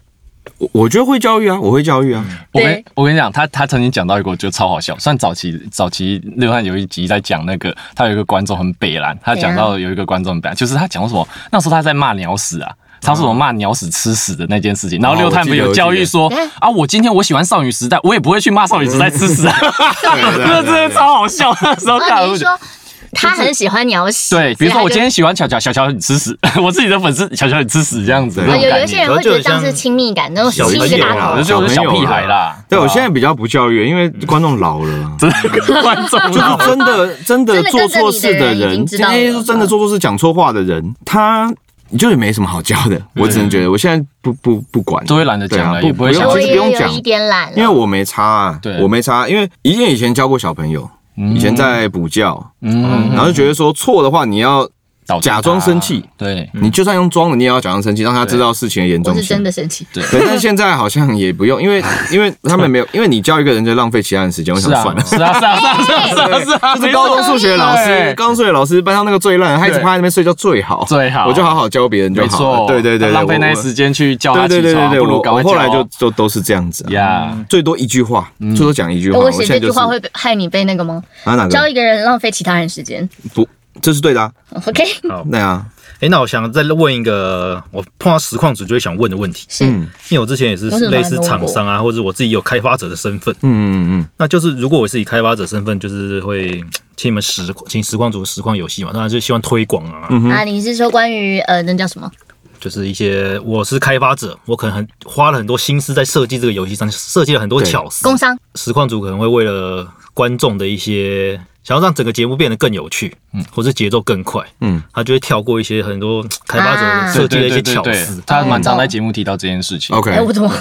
我我觉得会教育啊，我会教育啊，
我跟
对
我跟你讲，他他曾经讲到一个，我觉得超好笑。算早期早期六汉有一集在讲那个，他有一个观众很北蓝，他讲到有一个观众很北蓝，就是他讲过什么，那时候他在骂鸟屎啊。他说什么骂鸟屎吃屎的那件事情，然后
哦
六探不是有教育说
我记得我记
啊，我今天我喜欢少女时代，我也不会去骂少女时代吃屎啊，
对
这
啊
真的超好笑。那时候看
啊，
了
你
哦我
是
就觉得
说他很喜欢鸟屎，
*laughs* 对，比如说我今
所以
天喜欢巧巧，巧巧你吃屎， *laughs* 我自己的粉丝巧巧你吃屎这样子，
对
那
他就。
种
有哦
感
有一些人会觉得这样是亲密感，那种
小
亲
朋
一个
友
大
啊
头
觉，就是小屁孩啦。
对，我
吧 *laughs*
现在比较不教育，因为观众老了。
*laughs*
真的观众
就是真的真的
真的
做
跟着
错
你
事
的
的
人已
人，
经
今
知道了
天是真的做错事、讲错话的人，他就是没什么好教的。我只能觉得，我现在不不不管，
都会懒得
对
讲
啊
了，
不
也不会
不
想
用
我
其实
也
不用
有
讲
一点懒了，
因为我没差啊
对，
我没差，因为以前以前教过小朋友，以前在补教，
嗯
然后就觉得说错的话，你要
导致
假装
他
生气，
对，
你就算用装的，你也要假装生气，让他知道事情的严
我
重
是真
性。
的生气。
对，但是现在好像也不
*laughs*
用，因为因为他们没有，因为你教一个人就浪费其他人时间，我
是
想
啊， *laughs*
算了。
是啊，是啊，是啊，是啊，
*laughs*
是啊，是啊，
就是高中数学老
对
师，高中数学老师班上那个最烂，他一直趴在那边睡觉最好，
啊最好
我就好好教别人就
没
好
错，
了。对对对，对
浪费
我
那些时间去叫他
对
起
对对对
床，
对，
不如
我
赶快叫
我后来就就都是这样子啊，
呀，
最多一句话，
嗯
最多讲一句话。
我
我
写
现在
这
就
句
是
话会被害你被那个吗？
啊哪
教
个
一个人浪费其他人时间。
不，这是对的啊，
OK，
对啊，
哎，那我想再问一个我碰到实况组就会想问的问题，
是、
嗯
因为我之前也是
我是
类似
蛮多
厂
过
商啊，或者我自己有开发者的身份，
嗯嗯
那就是如果我是以开发者身份，就是会请你们实请实况组实况游戏嘛，当然就希望推广啊，
嗯
啊，你是说关于呃那叫什么？
就是一些我是开发者，我可能很花了很多心思在设计这个游戏上，设计了很多
对
巧思。
工商
实况组可能会为了观众的一些想要让整个节目变得更有趣，嗯，或是节奏更快，
嗯
他就会跳过一些很多开发者
啊
设计的一些
对
巧
对对
思
对。
嗯
他蛮常在节目提到这件事情。
嗯，OK，
哎、我怎么？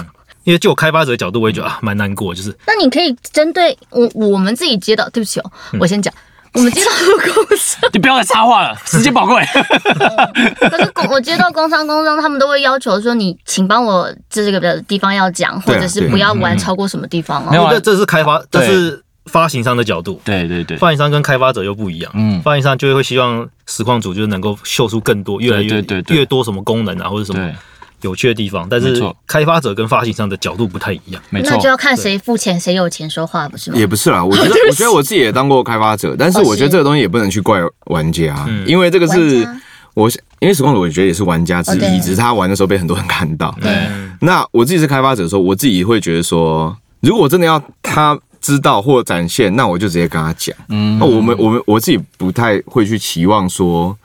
因为就我开发者的角度，我也
嗯
觉得啊蛮难过，就是
那你可以针对我我们自己接到，对不起哦，
嗯
我先讲。我们接到的工
*laughs*
商，
你不要再插话了，时间宝贵。 *laughs*
可是工我接到工商工商，他们都会要求说你请帮我这个的地方要讲，或
对啊嗯
者是不要玩超过什么地方
没有
哦。
啊
这这是开发，这是发行商的角度。
对对对，
发行商跟开发者又不一样，
嗯
发行商就会希望实况组就是能够秀出更多，越来越
对对对
越多什么功能啊，或者什么
对，
有趣的地方。但
没
是
错
开发者跟发行商的角度不太一样，
没
那
错
就。要看谁付钱谁有钱说话，不是吗
也？不是啦，我
*laughs*
觉得我觉得我自己也当过开发者，但是
哦
我觉得
是
这个东西也不能去怪玩家，啊
嗯
因为这个
玩
是
家
我因为实况组我觉得也是玩家之
哦对
一，只是他玩的时候被很多人看到，
对，
那我自己是开发者的时候，我自己会觉得说，如果真的要他知道或展现，那我就直接跟他讲。
嗯
那我们我们我自己不太会去期望说，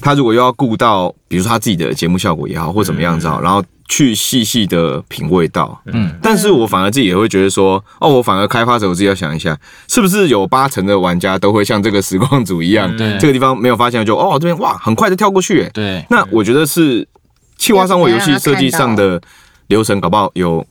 他如果又要顾到，比如说他自己的节目效果也好，或怎么样子好，然后去细细的品味到。
嗯，
但是我反而自己也会觉得说，哦，我反而开发者我自己要想一下，是不是有八成的玩家都会像这个时光 *laughs* 组一样，
嗯对
这个地方没有发现就哦这边哇很快就跳过去，哎
对，
那我觉得是气化商或游戏设计上的流程，搞不好有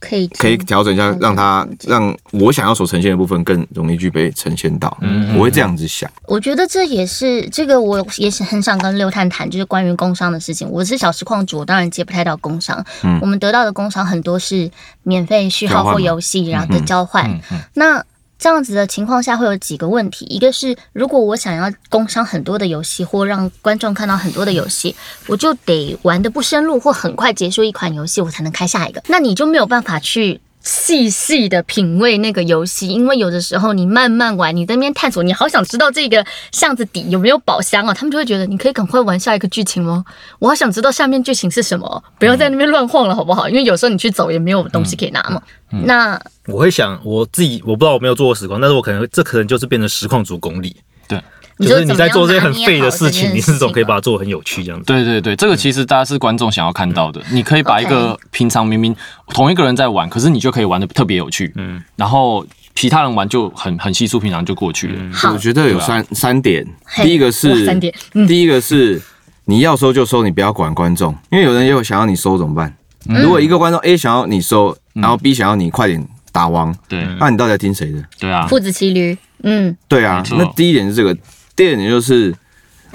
可以
可以
听
调整一下，让它让我想要所呈现的部分更容易去被呈现到。
嗯
我会这样子想。
我觉得这也是这个，我也是很想跟六探谈，就是关于工商的事情。我是小实况主，我当然接不太到工商。
嗯
我们得到的工商很多是免费序号
交换
或
嘛
游戏，然后的交换。
嗯嗯
那这样子的情况下会有几个问题，一个是如果我想要工商很多的游戏，或让观众看到很多的游戏，我就得玩的不深入，或很快结束一款游戏，我才能开下一个。那你就没有办法去。细细的品味那个游戏，因为有的时候你慢慢玩，你在那边探索，你好想知道这个巷子底有没有宝箱啊，他们就会觉得你可以赶快玩下一个剧情哦。我好想知道下面剧情是什么哦，不要在那边乱晃了，好不好？因为有时候你去走也没有东西可以拿嘛。
嗯
那
我会想我自己，我不知道我没有做过实况，但是我可能这可能就是变成实况主功力，
对。
你
就
说
是你在做这些很废的事
怎么样拿捏好这件事情啊
情，
吗
你是总可以把它做得很有趣这样子。
对对对，这个其实大家是观众想要看到的。你可以把一个平常明明同一个人在玩，可是你就可以玩的特别有趣，嗯，然后其他人玩就很很稀疏平常就过去了。
好
我，觉得有三三点，
嘿
第一个是
哇三点嗯
第一个是你要收就收，你不要管观众，因为有人又想要你收怎么办？
嗯
如果一个观众 A 想要你收，然后 B 想要你快点打王，
对
那你到底要听谁的？
对啊，
父子骑驴，嗯，
对啊
没，错
那第一点是这个，第二点就是，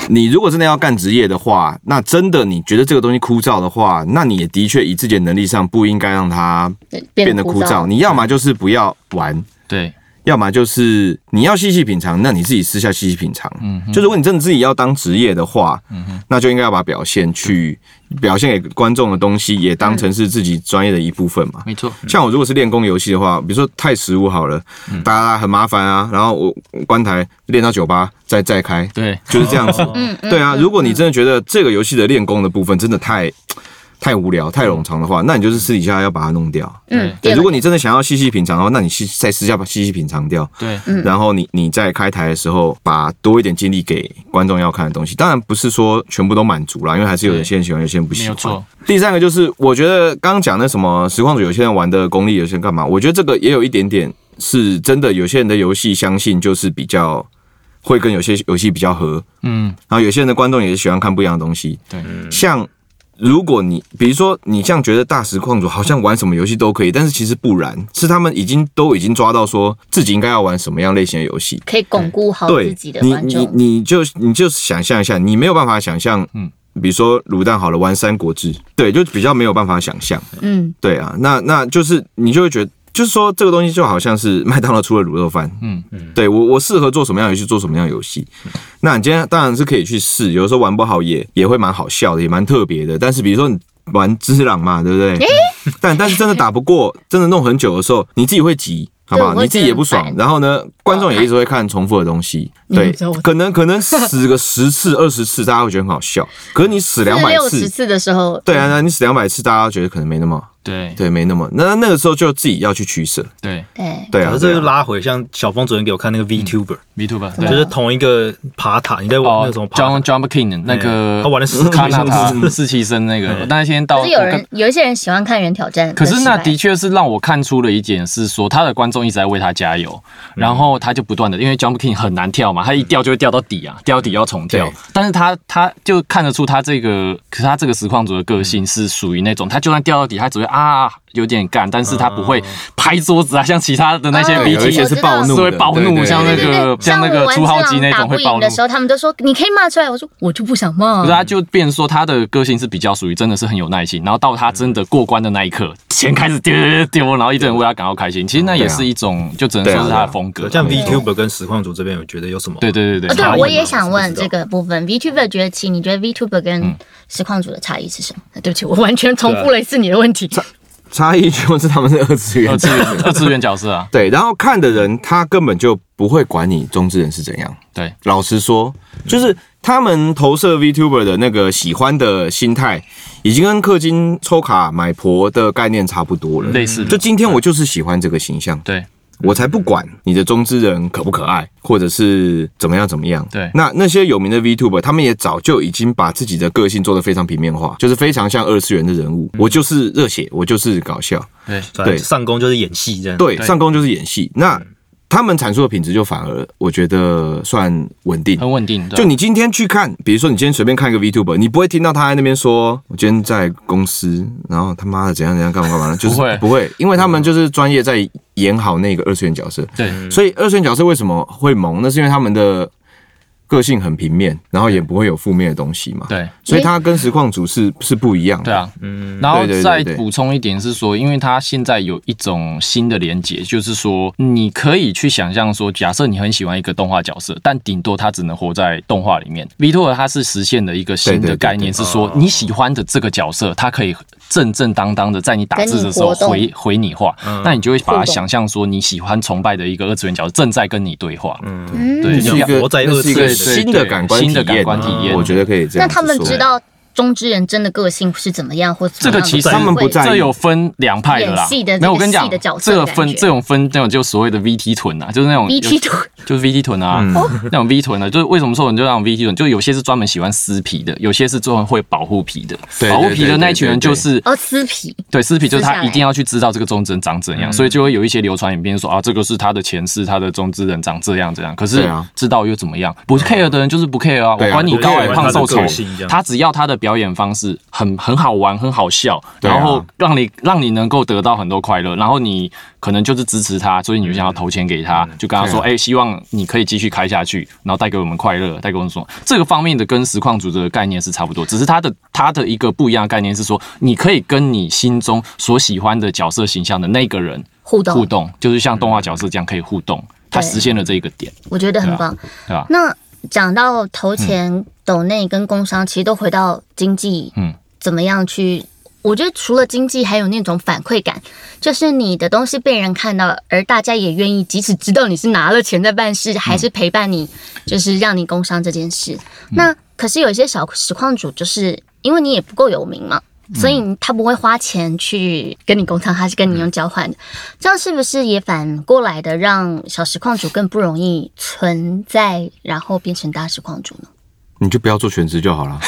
你如果真的要干职业的话，那真的你觉得这个东西枯燥的话，那你也的确以自己的能力上不应该让它
对
变
变得
得枯
枯
燥。
燥。
你要么就是不要玩，
对
要么就是你要细细品尝，那你自己私下细细品尝。嗯，就如果你真的自己要当职业的话，那就应该要把表现去表现给观众的东西，也当成是自己专业的一部分嘛。
没错，
像我如果是练功游戏的话，比如说太十五好了，打打打很麻烦啊，然后我关台练到九八再再开，
对
就是这样子。
嗯，嗯
对啊，
嗯
如果你真的觉得这个游戏的练功的部分真的太太无聊、太冗长的话，那你就是私底下要把它弄掉。
嗯，
对，
对
哎如果你真的想要细细品尝的话，那你细在私下把细细品尝掉，
对
嗯
然后你你在开台的时候，把多一点精力给观众要看的东西。当然不是说全部都满足啦，因为还是有些人喜欢，有些人不喜
没有
欢
错。
第三个就是，我觉得刚刚讲那什么实况组，有些人玩的功力，有些人干嘛？我觉得这个也有一点点是真的，有些人的游戏相信就是比较会跟有些游戏比较合，
嗯，
然后有些人的观众也喜欢看不一样的东西。
对，
像如果你比如说你像觉得大实况主好像玩什么游戏都可以，但是其实不然，是他们已经都已经抓到说自己应该要玩什么样类型的游戏。
可以巩固好
对
自己的
你
观
你
众，
你就你就想象一下，你没有办法想象，
嗯
嗯，比如说卤蛋好了，玩三国志，对，就比较没有办法想象，
嗯，
对啊，那那就是你就会觉得。就是说，这个东西就好像是麦当劳出了卤肉饭，
嗯
对我我适合做什么样的游戏做什么样的游戏。
嗯
那你今天当然是可以去试，有的时候玩不好也也会蛮好笑的，也蛮特别的。但是比如说你玩只狼嘛，对不对？但但是真的打不过，真的弄很久的时候，你自己会急。好不好？
对我会
你自己也不
觉
爽
得很，烦
然后呢，观众也一直会看重复的东西，
嗯
对
知道我，
可能可能死个十次、二十次，大家会觉得很好笑。可是你死两百
六十
次，
次的时候，
对啊，那你死两百次，大家觉得可能没那么，
对
对，没那么。那那个时候就自己要去取舍，
对
对，
对
然
啊。
后
哦
这
对
就
啊嗯
拉回像小峰昨天给我看那个 VTuber，
，Me too 吧，
啊
就
对。
是同一个爬塔，你在玩那
哦
个什么爬塔
，John John King 那个
哎他玩了四
卡纳塔
四
四七生那个，那天到
可是有
哦我看
人有一些人喜欢看人挑战，
可是
很
那
失败
的确是让我看出了一点，是说他的观众一直在为他加油，然后他就不断的，因为 Jump King 很难跳嘛，他一掉就会掉到底啊，掉到底要重跳
对。
但是他他就看得出他这个，可是他这个实况组的个性是属于那种，他就算掉到底，他只会啊有点干，但是他不会拍桌子啊，像其他的那些
哦
对
B
有一
T
些是暴怒的，
是会暴怒
对对对
像那
对对
个
对
像那个
我玩
朱浩
只
基那
狼
种
打
会
不
暴
赢的
怒
时候，他们都说你可以骂出来，我说我就不想骂
可
嗯
是，他就变成说他的个性是比较属于真的是很有耐心，然后到他真的过关的那一刻，钱开始丢丢丢丢，然后一堆人为他感到开心。其实那也是一种，就只能说是他的风格。
像
对啊
VTuber 跟实况组这边，有觉得有什么？
对对
哦，
对对
对
差异，嘛
我也想
我是
问
不知道
这个部分，VTuber 崛起，你觉得 VTuber
嗯
跟实况组的差异是什么？对不起，我完全重复了一次你的问题。
啊
差异就是他们是二次 *laughs* 元
二。次元二次元角色啊，
对，然后看的人他根本就不会管你中之人是怎样。
对
老实说，
嗯
就是他们投射 VTuber 的那个喜欢的心态，已经跟氪金抽卡买婆的概念差不多了。
类似的
就今天我就是喜欢这个形象，
对
我才不管你的中之人可不可爱，或者是怎么样怎么样。
对
那那些有名的 VTuber，他们也早就已经把自己的个性做得非常平面化，就是非常像二次元的人物。我就是热血，我就是搞笑，
对
对，
对
上工就是演戏这样。
对，
嗯对
上工就是演戏。那他们阐述的品质就反而我觉得算稳定。
很稳定。对
就你今天去看，比如说你今天随便看一个 VTuber，你不会听到他在那边说“我今天在公司，然后他妈的怎样怎样干嘛干嘛”，就是
不会
不会，因为他们就是专业在演好那个二次元角色。
对
嗯
所以二次元角色为什么会萌？那是因为他们的个性很平面，然后也不会有负面的东西嘛。，
对
所以它跟实况组是是不一样的。
对啊，然后
嗯对对对
再
对
补充一点是说，因为它现在有一种新的连接，就是说你可以去想象说，假设你很喜欢一个动画角色，但顶多它只能活在动画里面。Vtor 它是实现了一个新
对对
的
对
概念，是说
哦
你喜欢的这个角色，它可以正正当当的在你打字的时候
跟你活动
回回你话，
嗯
那你就会把
互
它
动
想象说你喜欢崇拜的一个二次元角色正在跟你对话。
嗯，
嗯
对
是一个
活在
那是一
二
个
次元
新的感官嗯
对对对新的感官
体验
我觉得可以这
那
样子
他
说。
们知道中之人真的个性是怎么样，或
这个其实
他们不在意
这有分两派的啦
演戏的，
没有我跟你
这
讲
个戏的角，色
这个
感
分
觉
这种分那种就所谓的 VT 臀啊，就是那种
BT 图
就是 VT 臀啊，
哦
那种 V 臀的，就是为什么说我们就那种 VT 臀，就有些是专门喜欢撕皮的，有些是专门会保护皮的。
对对对
保护皮的那一群人就是。
哦，撕皮
对，撕皮就是
撕下
他
来
一定要去知道这个中之人长怎样，所以就会有一些流传影片说啊，这个是他的前世，他的中之人长这样这样。可
对
是
啊
知道又怎么样？不 care 的人就是不 care 啊，
对
我
啊
管你
不 care
高矮胖瘦
他的
丑
个性这，样
他只要他的表演方式很很好玩、很好笑，
对啊
然后让你让你能够得到很多快乐，然后你可能就是支持他，所以你就想要投钱给他，就跟他说，
对啊
哎、希望你可以继续开下去，然后带给我们快乐，带给我们什么？这个方面的跟实况组的概念是差不多，只是它的它的一个不一样的概念是说，你可以跟你心中所喜欢的角色形象的那个人
互动，
互动，就是像动画角色这样可以互动，它
对
实现了这一个点，
我觉得很棒。
对吧？
那讲到投钱、抖内跟工商，其实都回到经济，
嗯，
怎么样去？我觉得除了经济，还有那种反馈感，就是你的东西被人看到，而大家也愿意，即使知道你是拿了钱在办事，还是陪伴你，就是让你工商这件事。那可是有一些小实况主，就是因为你也不够有名嘛，所以他不会花钱去跟你工商，他是跟你用交换的。这样是不是也反过来的让小实况主更不容易存在，然后变成大实况主呢？
你就不要做全职就
*laughs*
好了。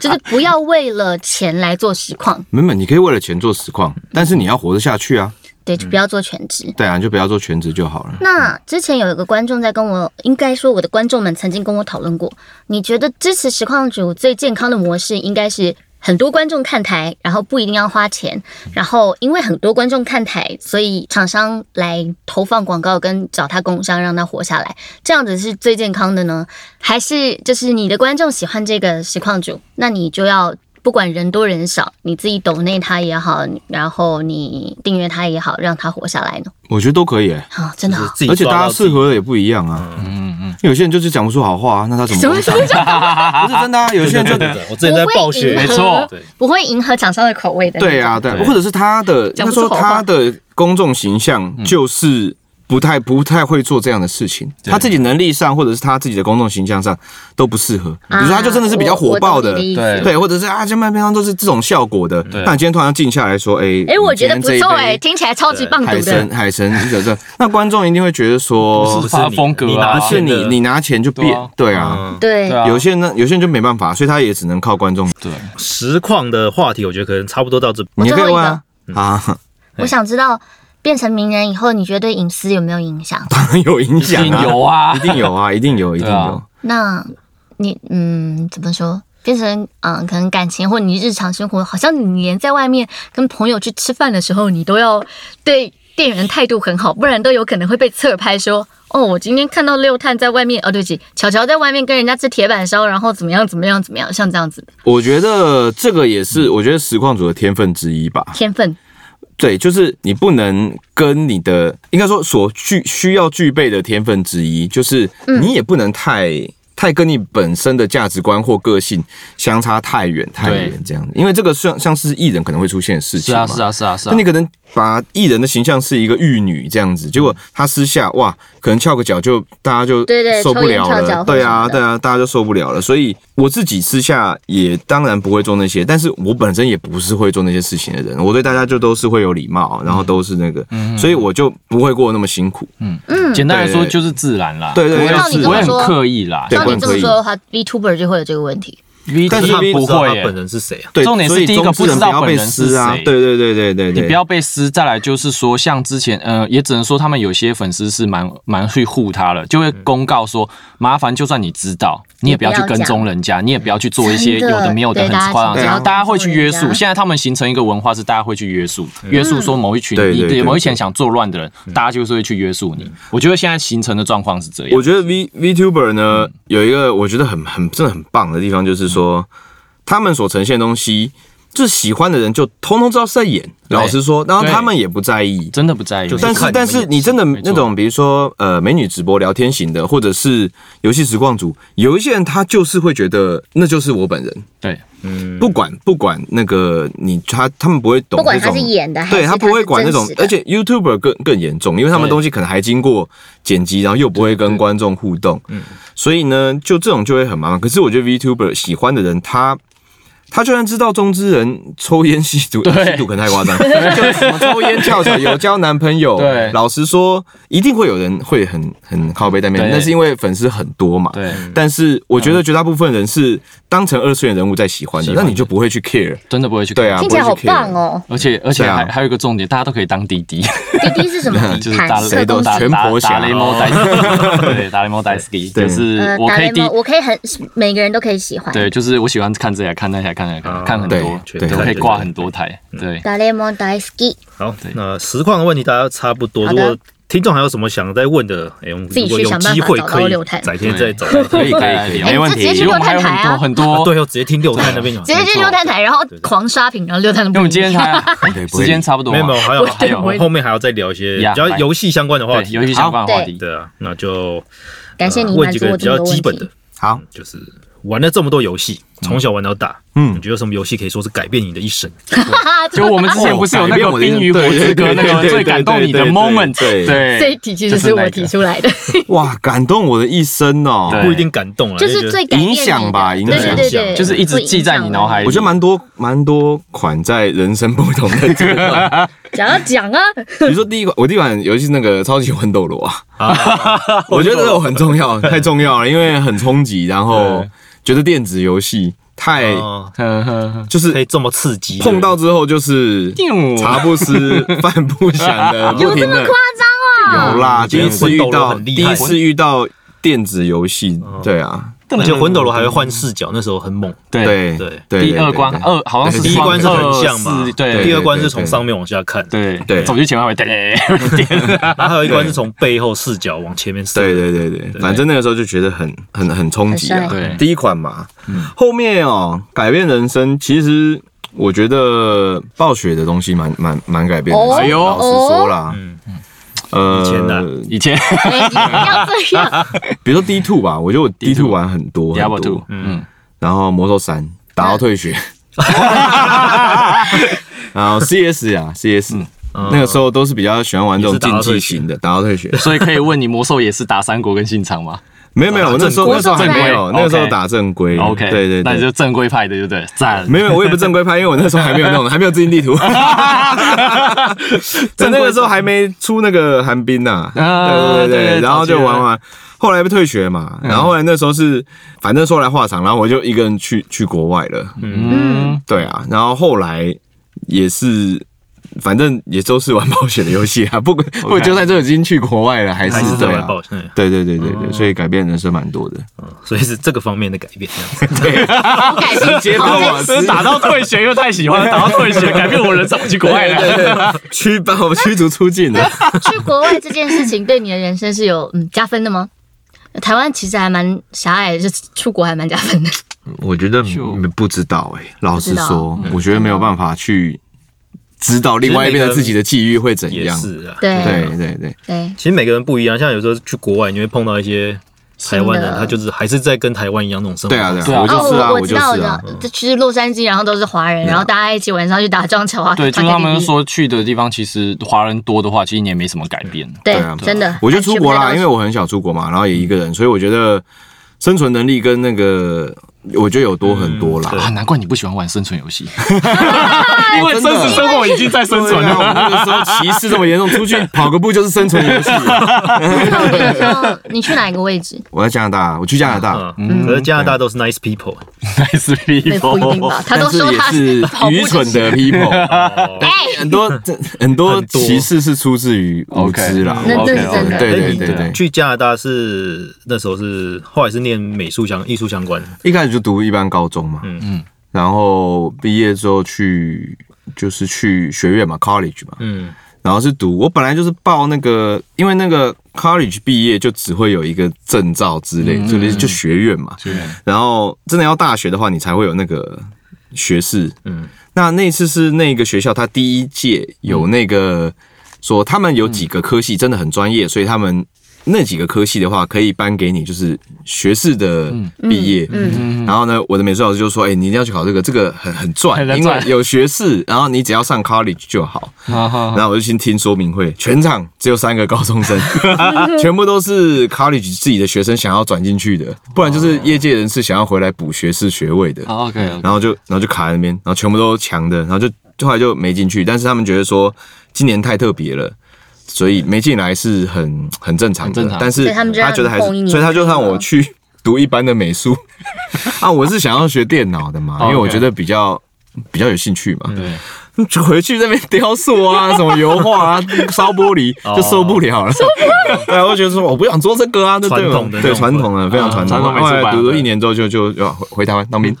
就是不要为了钱来做实况，
没有，你可以为了钱做实况，但是你要活得下去啊。
对，就不要做全职。
对啊，你就不要做全职就好了。
那之前有一个观众在跟我，应该说我的观众们曾经跟我讨论过，你觉得支持实况主最健康的模式应该是很多观众看台，然后不一定要花钱，然后因为很多观众看台，所以厂商来投放广告跟找他工商让他活下来，这样子是最健康的呢？还是就是你的观众喜欢这个实况主，那你就要。不管人多人少，你自己抖内他也好，然后你订阅他也好，让他活下来呢？
我觉得都可以、欸，
啊、真的、
就
哦
是，自己
而且
抓
大
到
家
自
适
己
合的也不一样啊。
嗯嗯，
有些人就是讲不出好话啊，那他怎么
什么
工
什
商
么叫
*laughs* 不是真
*laughs*
的啊，有些人就
对对对我之前在暴雪，
不会啊
没
迎合
错，
对，
不会迎合厂商的口味的。
对啊，，对啊，
对
或者是他的，
讲
他
不出
说
口话
他的公众形象就是不太不太会做这样的事情，他自己能力上或者是他自己的公众形象上都不适合。比
啊
如说他就真的是比较火爆
我我懂你的意思
对
对，或者是啊，这边平常都是这种效果的。
啊
那你今天突然静下来说，哎，
哎、我觉得不错哎、
哎，
听起来超级棒
海
读的
神。海神你者这，那观众一定会觉得说
不，
他的
你
风格啊
你拿
哦是
钱
你
的
你拿钱就
对
变
啊，
对啊。
嗯
对，
对啊，
有些人呢，有些人就没办法，所以他也只能靠观众。
对，
实况的话题，我觉得可能差不多到这。
你也可以
最后一
问啊，啊， *laughs*
我想知道变成名人以后，你觉得对隐私有没有影响？
有影
一
响
定
啊，
有啊
*laughs* 一，定有啊，一定有，一定
对
有
啊。
那你嗯，怎么说？变成嗯，可能感情或你日常生活，好像你连在外面跟朋友去吃饭的时候，你都要对店员态度很好，不然都有可能会被侧拍说。哦，我今天看到六探在外面，哦，对不起，巧巧在外面跟人家吃铁板烧，然后怎么样怎么样怎么样，像这样子的
我觉得这个也是，我觉得实况组的天分之一吧。
天分，
对，就是你不能跟你的，应该说所具需要具备的天分之一，就是你也不能太太跟你本身的价值观或个性相差太远太远
对
这样子，因为这个像像是艺人可能会出现的事
是
情
啊
嘛，
是啊是啊是啊
那，你可能把艺人的形象是一个玉女这样子，结果
嗯
她私下哇，可能翘个脚就大家就
对对
受不了
抽烟翘脚或
了，对
什
啊
么的
对啊，大家就受不了了。所以我自己私下也当然不会做那些，但是我本身也不是会做那些事情的人，我对大家就都是会有礼
嗯
貌，然后都是那个，所以我就不会过得那么辛苦。
简单来说
对对
就是自然啦，
对对
嗯
对
不
照你
会不
这么
会很
说
刻意啦。
对
照你这么
不然可以
说的话，VTuber 就会有这个问题。
V
但是
他
他
不
不知道
会
他
耶
本，人是谁啊？
对，
重点是
所以
第一个
中之
不
人
知
不
道
要
本
被
人是
撕啊，
谁
对对对对对对，
你不要被撕。再来就是说，像之前呃，也只能说他们有些粉丝是蛮蛮去护他了，就会公告说，麻烦就算你知道，你也不要去跟踪人家，你也不要去做一些
真
有
的
的没有的
对
很
大家
夸张的
请
事
不要
情，大家会去约
跟踪
束。
人家
现在他们形成一个文化是，大家会去约束，约束说某一群
对
你
对对
对某一群想作乱的人，大家就是会去约束你。我觉得现在形成的状况是这样
我。觉得 V VTuber 呢，有一个我觉得很很真的很棒的地方，就是说、他们所呈现的东西，就是喜欢的人就通通知道是在演。
对
老实说，然后
对
他们也不在意。
真的不在意，
就是看
但是
你们
但是
演
你真的
没错
那种，比如说呃美女直播聊天型的，或者是游戏实况组，有一些人他就是会觉得那就是我本人，
对，
嗯，
不管不管那个你他他们不会懂
不管
这种
他是演的还是
对他不会管那种
啊他是，真
而
实的
且 YouTuber 更更严重，因为他们
对
东西可能还经过剪辑，然后又不会跟观众互动，所以呢，就这种就会很麻烦。可是我觉得 VTuber er 喜欢的人，他他就算知道中之人抽烟吸毒，吸毒可能太夸张，就什么抽烟跳脚有交男朋友，
对
老实说，一定会有人会很很靠背在面，
对
那是因为粉丝很多嘛，
对，
但是我觉得绝大部分人是当成二次元人物在喜欢的，
喜
那
欢
你就不会去 care。
真的不会去
对啊，
听起来
不
好
会去 care
棒哦！
而且而且
对啊
还、还有一个重点，大家都可以当滴
*laughs*
滴，
滴滴是什么？
*laughs* 就是
坦
打
克
谁都
攻击
打
全
打
婆侠哦
打雷蒙戴斯，
*laughs*
对，打雷蒙戴斯基，
对
就是
呃，
我
打
可以
雷
滴
蒙，，我可以很每个人都可以喜欢。
对，就是我喜欢看这台，看那台，看那台，
啊
看很多，
对
哦对嗯
我可以
对
挂很多台，对。
打雷蒙大好き，
好
对，
那实况的问题大家差不多。
好
如
的
果听众还有什么想再问的，哎，我们
自己
如果
去
有
想办
机
法
会
找
可
到
以
六探
改天再啊
对
找来听。
可以可 *laughs* 以可以，没问
哎你就直接去。
题
其实我们还有很
*laughs*
多很多，
对，哦，直接听六探那边有。
直接去六探台，然后狂刷屏，然后六探都
因
不
为我们
理
今天
你
才
对不会
时间差不多
没
嘛，
有，没有还有还
不
有，
会
后面还要再聊一些比
哦呀
较
嗨
游戏相关的话
对，
题。
游戏相关的话题，
对啊，那就
*laughs* 感谢
呃
你
问
满
几
足
个
我
比
这
较
么多问
基本
题
的。，
好，
就是玩了这么多游戏，从小玩到大，
嗯
你觉得有什么游戏可以说是改变你的一生？
哈 *laughs* 哈，
就我们之前不是有那个《冰与火之歌》那个最感动你的 moment，
对
这一题其实是我提出来的，
哇，感动我的一生哦。
对
不一定感动啊，
*laughs* 就是最改变你的
影响吧影
对对对
响
对，
就是一直
会
记在你脑海
我
里
觉得蛮多蛮多款在人生不同的阶段。
讲啊讲 *laughs* 啊，
比如说第一款，我第一款游戏那个超级魂斗罗啊，
啊，
我觉得这个很重要，太重要了，因为很冲击，然后
对
觉得电子游戏太
哦
*laughs* 呵呵呵
就
可以
是
这么刺激，
碰到之后就是
叮
茶不思饭不想的，不停的
夸张啊？
有啦，第一次遇
魂斗罗
到
很
第
厉
一
害
次遇到电子游戏，对啊，
*laughs*
而且魂斗罗还会换视角，那时候很猛。
对。
对
对
对，
第二
对
关
对
二好像是
第一关是很像嘛
二四，
对
哦对
第二关是从上面往下看，
对
对
走去前面会对，
然后还有一关是从背后视角往前面射。
对对对对，反正那个时候就觉得很很很冲击啊
很帅
对
第一款嘛，后面哦，改变人生，其实我觉得暴雪的东西蛮蛮蛮改变人生。
哦哎呦
老实说啦，
嗯
呃，
以前的啊
*laughs* 以前
哎，你不要这样，
比如说 D two 吧，我觉得我 D two 玩很多
Diablo
很
Two，
多，
嗯，
然后魔兽三打到退学，
嗯
*laughs* 然后 CS 啊 CS。那个时候都是比较喜欢玩这种
也是打
竞
到
技
退学
型的，打到退学。
所以可以问你，魔兽也是打三国跟信长吗
没有没有，我那时候那时候还没有，
正规
那个时候
OK
打正规。
？OK，
对对对，
那你就正规派的，对不对？赞，
没有，我也不是正规拍，因为我那时候还没有
*laughs*
弄，还没有制定地图。在那个时候还没出那个寒冰呐、
啊
对对
对
对，然后就玩玩，后来被退学嘛，
嗯
然后后来那时候是，反正说来话长，然后我就一个人去去国外了，
嗯，
对啊，然后后来也是。反正也都是玩暴雪的游戏啊， *laughs* 不管我就算这已经去国外了，还
还是
是
在
对
玩
啊，
暴雪，嗯
对对对对对，所以改变人生蛮多的。
*laughs*
*laughs*
所以是这个方面的改变。这样子
好改变，
接把我
真是打到退学又太喜欢了，打到退学改变我人生，我去国外了。
驱把我驱逐出境了。
去国外这件事情对你的人生是有嗯加分的吗？台湾其实还蛮狭隘的，就是出国还蛮加分的。
我觉得不知道哎、老实说，
嗯
我觉得没有办法去知道另外一边的自己的际遇会怎
也
样。
是啊，
对
对对对，
对
其实每个人不一样，像有时候去国外，你会碰到一些台湾人
新的
他就是还是在跟台湾一样那种生活
对啊，
方式。
对啊，我就
哦，
是啊，
我
我
知
就
道，我
是
知
啊
道，，这其实洛杉矶，然后都是华人，然后大家一起晚上去打撞球啊，
对，就是他们
打 KTV
说去的地方，其实华人多的话，其实你也没什么改变。
对
啊，
真的，
我就出国啦，
还去不太到
因为我很想出国嘛，然后也一个人，所以我觉得生存能力跟那个我觉得有多很多啦。哎
嗯对
啊，难怪你不喜欢玩生存游戏，
因为
啊
真实生活已经在生
对
存
啊，
了。
*laughs*
我们那个时候歧视这么严重， *laughs* 出去跑个步就是生存游戏。
那我跟你说， *laughs* 你去哪一个位置？
我在加拿大，我去加拿大，
嗯，可是加拿大都是 nice people，
啊 nice
那不一定吧
*laughs* people。？
他都
但是
说
也
他
是
跑步
愚
就
蠢的 people，
哎，
*laughs* 很多很多歧视是出自于无知啦。
那这是真
那
的
对对
哎你
对对，
去加拿大是那时候是后来是念美术相艺术相关的，
一开始就读一般高中嘛，嗯嗯，然后毕业之后去就是去学院嘛，college 嘛，
嗯，
然后是读我本来就是报那个，因为那个 college 毕业就只会有一个证照之类，就是就学院嘛，然后真的要大学的话，你才会有那个学士，嗯，那那次是那个学校他第一届有那个说他们有几个科系真的很专业，所以他们。那几个科系的话，可以颁给你就是学士的毕业，
嗯
然后呢，我的美术老师就说：“哎、你一定要去考这个，这个很很赚，
很赚
因为有学士，然后你只要上 college 就好。”
哈啊哈
然后我就去听说明会，全场只有三个高
*laughs*
中生，全部都是 college 自己的学生想要转进去的，不然就是业界人士想要回来补学士学位的。
，OK，
然后就然后就卡在那边，然后全部都强的，然后就后来就没进去。但是他们觉得说今年太特别了。所以没进来是很很正常的，
很正常
但是
所以他们就让
觉得还是
你碰一，年
所以他就让我去读一般的美术啊，我是想要学电脑的嘛，因为我
哦 OK
觉得比较比较有兴趣嘛，
对，
就回去那边雕塑啊，什么油画啊，烧玻璃就受不了了。 *laughs* 对，我就觉得说我不想做这个啊，这对我
传统的那种
对 *laughs* 传统的非啊常传统。
传统美术
后来
班
读了
对
一年之后就就就 *laughs* 回回台湾当兵。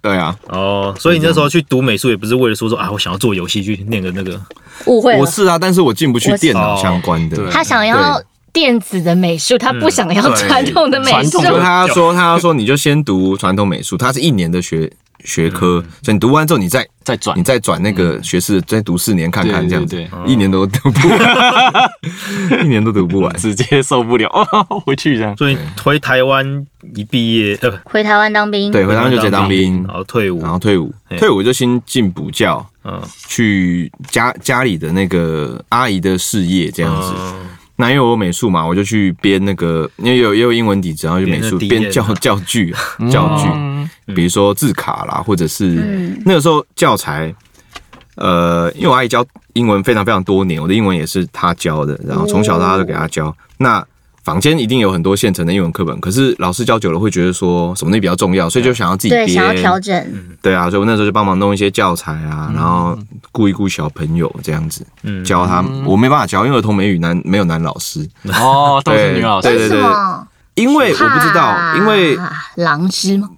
对啊，
哦，所以你那时候去读美术也不是为了说说啊，我想要做游戏去念个那个，
误会
我
了，
是啊，但是我进不去
我是
电脑相关的。
对
他想要
对
电子的美术，他不想要
嗯对
传统的美
传
术
统。
就
的
他说，他说你就先读传统美术，它是一年的学学科，所以你读完之后，你再
再转
你。再嗯转嗯那个学士，再读四年看看，
对
这样子
对，
一年都读不完， *laughs* 一年都读不完。
直接受不了，回去这样。
所以回台湾一毕业，呃，
回台湾当兵，
对，回台湾就直接当兵
然，后退伍
然，后退伍，
嘿
退伍就先进补教，
嗯，
去家家里的那个阿姨的事业这
这
样子。那因为我有美术嘛，我就去编那个，因为有也有英文底子，然后就美术
编那
编
DM
教
啊
*laughs* 教具啊教具，
嗯
比如说字卡啦，或者是
嗯
那个时候教材，呃，因为我阿姨教英文非常非常多年，我的英文也是她教的，然后从小到大都给她教。那坊间一定有很多现成的英文课本，可是老师教久了会觉得说什么东西比较重要，所以就想要自己
对，
编，
想要调整，
对啊，所以我那时候就帮忙弄一些教材啊，
嗯
然后顾一顾小朋友这样子，
嗯
教他。我没办法教，因为儿童美语男没有男老师，
哦，都是女老
对
师
对
为什么？
因为我不知道，
怕
因为
狼师吗？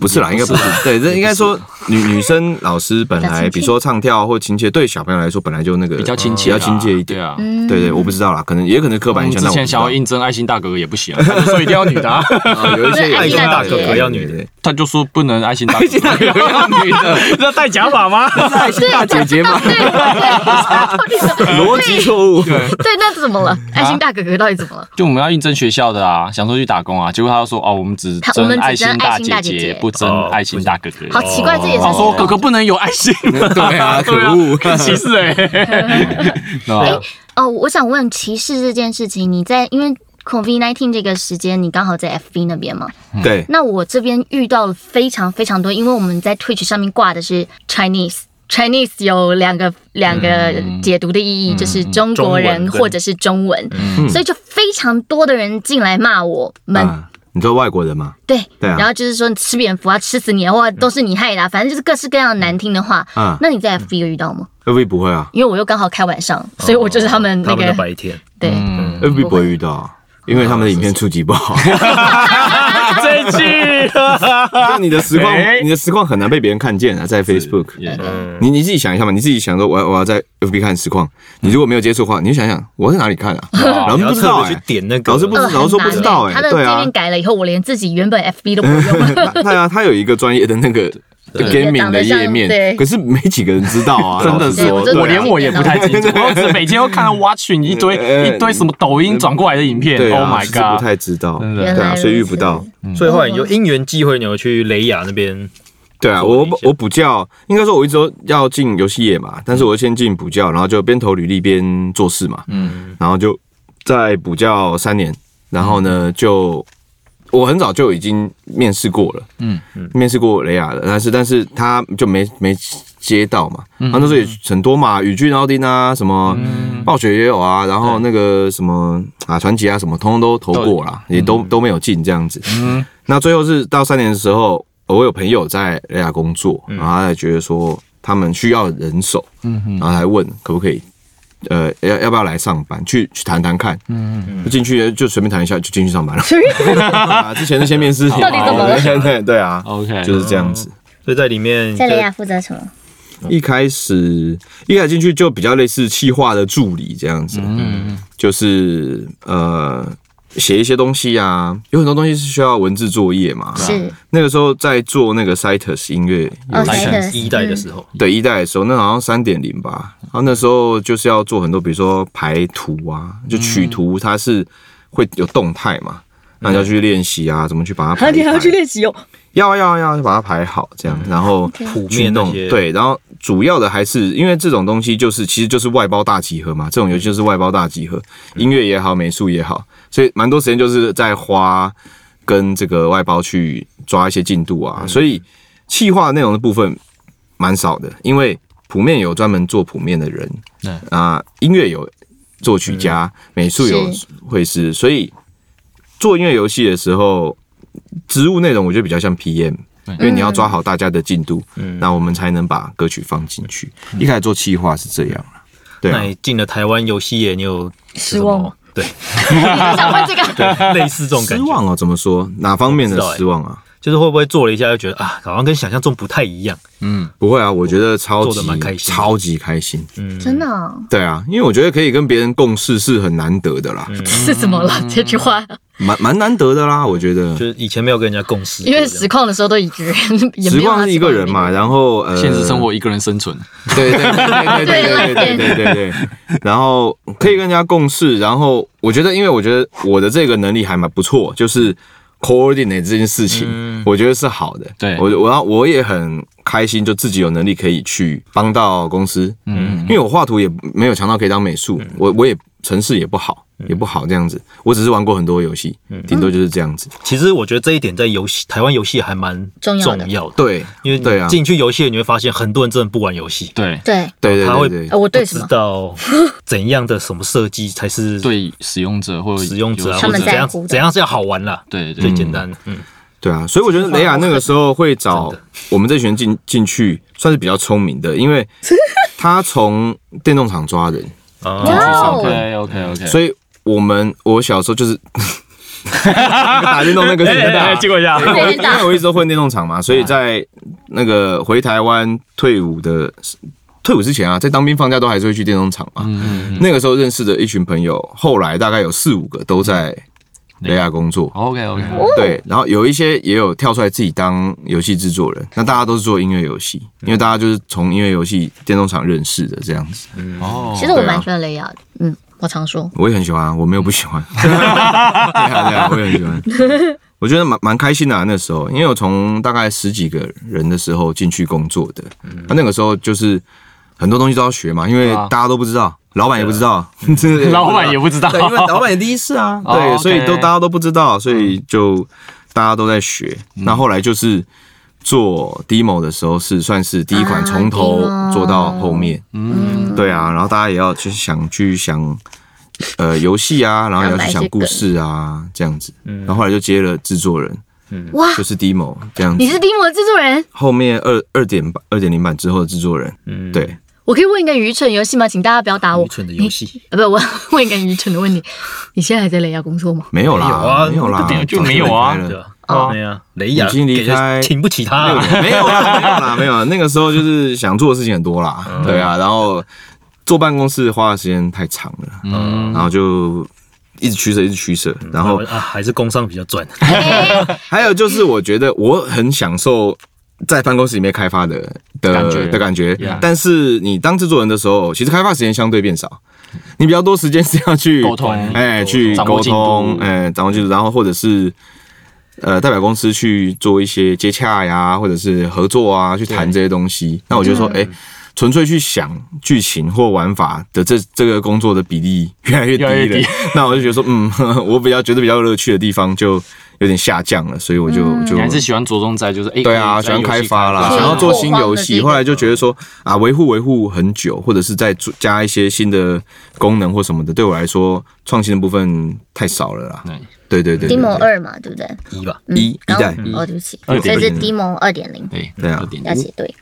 不是啦，应该不是。对，
*laughs*
这应该说女女生老师本
比较
来，
亲切
比如说唱跳或琴协，对小朋友来说本来就那个
比较亲切啊，
比较亲切一
对
点。
啊。
嗯，
对对，我不知道啦，可能也可能刻
我
板
们
印象。
之前想要
印，
应征爱心大哥哥也不行啊，他就说一定要女的啊，
啊有一
*laughs*
些
爱
心大哥哥要女的
的，
他就说不能爱心大哥哥，
要女的，
要戴假发吗？
是爱心大姐姐嘛？
*laughs* 对对对，到
逻
底
辑
是
错误。
对对，那怎么了？爱心大哥哥到底怎么了？
*laughs* 就我们要应征学校的啊，想说去打工啊，结果他就说哦，我们只
他我
征
们只
爱心
征爱
大
心大
姐
姐
姐
姐，
不征爱心大哥哥。
好奇怪，这
哦
也是
他说哥哥不能有爱心， *laughs*
对啊，可恶！
歧视欸
*laughs*
*laughs* 哎。
哦，我想问歧视这件事情，你在因为 COVID nineteen 这个时间，你刚好在 FB 那边嘛？
对，
那我这边遇到了非常非常多，因为我们在 Twitch 上面挂的是 Chinese。Chinese 有两个两个解读的意义，就是中国
中
人
文跟
或者是中文，所以就非常多的人进来骂我们，
啊，你说外国人吗？
对，
对啊
然后就是说你吃蝙蝠啊，吃死你啊，哇，都是你害的啊、反正就是各式各样难听的话。
嗯
那你在 FB 有遇到吗？
会不会不会啊？
因为我又刚好开晚上，所以我就是他们那
嗯他们
个
的白天，
对，
嗯
会不会不会遇到啊？因为他们的影片触及不好，
这一句，
就你的实况
哎，
你的实况很难被别人看见啊，在 Facebook。
也
嗯，
你你自己想一下嘛，你自己想说，我要我要在 FB 看实况，你如果没有接触的话，你就想想我在哪里看啊？老师
你要
不知
特
道
别
哎、
去点那个，
老师不
呃
知道
很
说
难
不知道
欸
哎、
他的
对
界 *laughs*
啊
面，改了以后，我连自己原本 FB 都不用了。
对啊，他有一个专业的那个 gaming 的页面，可是没几个人知道
*laughs*
啊，
真的是，
对我真的
我连我也不太清楚， *laughs*
对啊
我只每天都看到 watching 一堆一堆什么抖音转过来的影片
对
，Oh
啊，
my
是不
god！
太知道，
真
对
的
原来
啊，
如此
所以遇不到。
所以后来你就因缘际会，你有去雷亚那边，
对啊，
做
我
一
补
下
我补教，应该说我一直都要进游戏业嘛，但是我先进补教，然后就边投履历边做事嘛，嗯，然后就在补教三年，然后呢就我很早就已经面试过了，
嗯
嗯，面试过雷亚了，但是但是他就没没接到嘛，
嗯
然后那时候也很多嘛，宇俊、奥丁啊，什么暴雪也有啊，然后那个什么啊传奇啊什么，通通都投过啦，也都都没有进这样子，
嗯
那最后是到三年的时候，我有朋友在雷亚工作，然后他也觉得说他们需要人手，
嗯哼
然后还问可不可以，呃，要要不要来上班，去去谈谈看。
嗯
嗯，进去就随便谈一下，就进去上班了。 *laughs* 啊之前是先
*laughs*
面试，
到
底怎么了
*laughs* 对对对啊，
，OK，
就是这样
哦
子。嗯
所以在里面
在雷亚负责什么？
一开始一开始进去就比较类似企划的助理这样子，
嗯
就是呃写一些东西啊，有很多东西是需要文字作业嘛。
是
那个时候在做那个 Citus 音乐
哦
游戏
，Citus
在一代的时候，
对一代的时候，那好像三点零吧。然后那时候就是要做很多，比如说排图啊，就取图，它是会有动态嘛，那你要去练习啊，怎么去把它排
啊，
一排。
你还要去练习哦，嗯
要啊要要把它排好，这样，然后
谱
去
面那
弄
些，
对，然后主要的还是因为这种东西就是其实就是外包大集合嘛，这种游戏就是外包大集合，
嗯
音乐也好，美术也好，所以蛮多时间就是在花跟这个外包去抓一些进度
嗯
啊，所以企划内容的部分蛮少的，因为谱面有专门做谱面的人
对，
啊，音乐有作曲家，
嗯
美术有
是
绘师，所以做音乐游戏的时候，植物内容我觉得比较像 PM，因为你要抓好大家的进度，
嗯
那我们才能把歌曲放进去。一开始做企划是这样啦对
那
啊，
你进了台湾游戏业，你有
失望
什么？对，
*laughs* 我想问这个，
类似这种感
失
觉，
望哦，怎么说？哪方面的
我不知道欸
失望啊？
就是会不会做了一下就觉得啊，好像跟想象中不太一样？
嗯，
不会啊，我觉得超
做得蛮开
级
心的
超级开心，
嗯，
真的哦
对啊，因为我觉得可以跟别人共事是很难得的啦，
嗯
是怎么了？这句话，
蛮蛮难得的啦，我觉得。
就是以前没有跟人家共事过
因
这样，
为实况的时候都一个人，也
实
没有啊
况是一个人嘛，然后呃，
现实生活一个人生存，
*laughs* 对对对对对对对对对对对。然后可以跟人家共事，然后我觉得，因为我觉得我的这个能力还蛮不错，就是 coordinate 这件事情，我觉得是好的。
嗯对
我我要我也很开心，就自己有能力可以去帮到公司。嗯，因为我画图也没有强到可以当美术，
嗯
我我也城市也不好。也不好这样子，我只是玩过很多游戏，
嗯
顶多就是这样子。
其实我觉得这一点在游戏台湾游戏还蛮
重要的
重要的，
对，
因为
对啊，
你进去游戏你会发现很多人真的不玩游戏，
对
对，
对对
他
对
会
对
呃，，我对
不
什
知
么？
道怎样的什么设计才是
对，使用者或
使用者啊，
有
他
或
们
者怎
在
样
乎的
怎样是要好玩啦，
对
最
对
简单，嗯，
对啊，所以我觉得雷亚那个时候会找
真的
我们这群人进进去，算是比较聪明的，因为他从电动厂抓人，
啊，
哇哦，
，OK OK OK，
所以我们我小时候就是 *laughs* 打电动那个
哎
是很大。
果一下
因为哎我因为我一直都混电动厂嘛，所以在那个回台湾退伍的退伍之前啊，在当兵放假都还是会去电动厂嘛。
嗯
那个时候认识的一群朋友，后来大概有四五个都在雷亚工作，
，OK OK，
对，然后有一些也有跳出来自己当游戏制作人，那大家都是做音乐游戏，因为大家就是从音乐游戏电动厂认识的这样子。
哦，
其实我
对啊
蛮喜欢雷亚的，嗯，我常说，
我也很喜欢啊，我没有不喜
*laughs*
欢。对啊，对啊，我也很喜欢。我觉得蛮蛮开心的、啊、那时候，因为我从大概十几个人的时候进去工作的，那、那个时候就是很多东西都要学嘛，因为
嗯对啊啊
大家都不知道，老板也不知道， *laughs* 真的
老板也不知道，
对，因为老板也第一次啊，
哦
对，
OK
所以都大家都不知道，所以就大家都在学。
嗯
那后来就是做 demo 的时候，是算是第一款
啊
从头
demo
做到后面，
嗯，
对啊，然后大家也要去想去想。呃，游戏啊，然后也要去想故事啊，这样子。
嗯
然后后来就接了制作人，
哇，
就是 demo 这样
你是
子。
蒂姆的制作人，
后面二二点版、二点零版之后的制作人，
嗯，
对，
我可以问一个愚蠢游戏吗？请大家不要打我。
愚蠢的游戏，
*laughs* 呃，不，我问一个愚蠢的问题：你现在还在雷亚工作吗？
没有
没有
啦
啊，
没有啦
那个，
早
就没有啊
离
嗯
开了 *laughs*
对吧？
哦
对啊，雷亚
已经离
给人
开
请不起他
没有
啊，
啦，没有啦，没有啦。那个时候就是想做的事情很多啦，
嗯
对啊，然后坐办公室花的时间太长了，
嗯，
然后就一直取舍，一直取舍。然后
啊，还是工商比较赚，
还有就是，我觉得我很享受在办公室里面开发的的
感觉
的感觉
Yeah
但是你当制作人的时候，其实开发时间相对变少，你比较多时间是要去
沟通
哎，去
掌
沟
握进度
通，哎，掌握进度，然后或者是呃代表公司去做一些接洽呀，或者是合作啊，去谈这些东西。那我就说，
嗯
哎、纯粹去想剧情或玩法的这这个工作的比例越来越低了，
越来越低
*laughs* 那我就觉得说，嗯， *laughs* 我比较觉得比较有乐趣的地方就有点下降了，所以我就、就
嗯
你还是喜欢着重在就是哎，
对啊，喜
可以在游戏
欢
哦
开发啦，
开发
想要做新游戏，
拓荒的地方
后来就觉得说啊，维护维护很久，或者是再做加一些新的功能或什么的，对我来说创新的部分太少了啦。
嗯
对对对对
Demo
对
二嘛，对不对？
一吧。
嗯
一
然后
一代
哦，对不起，所
二
以
点零
是 Demo 二点零，
对
对啊
有点
要写对。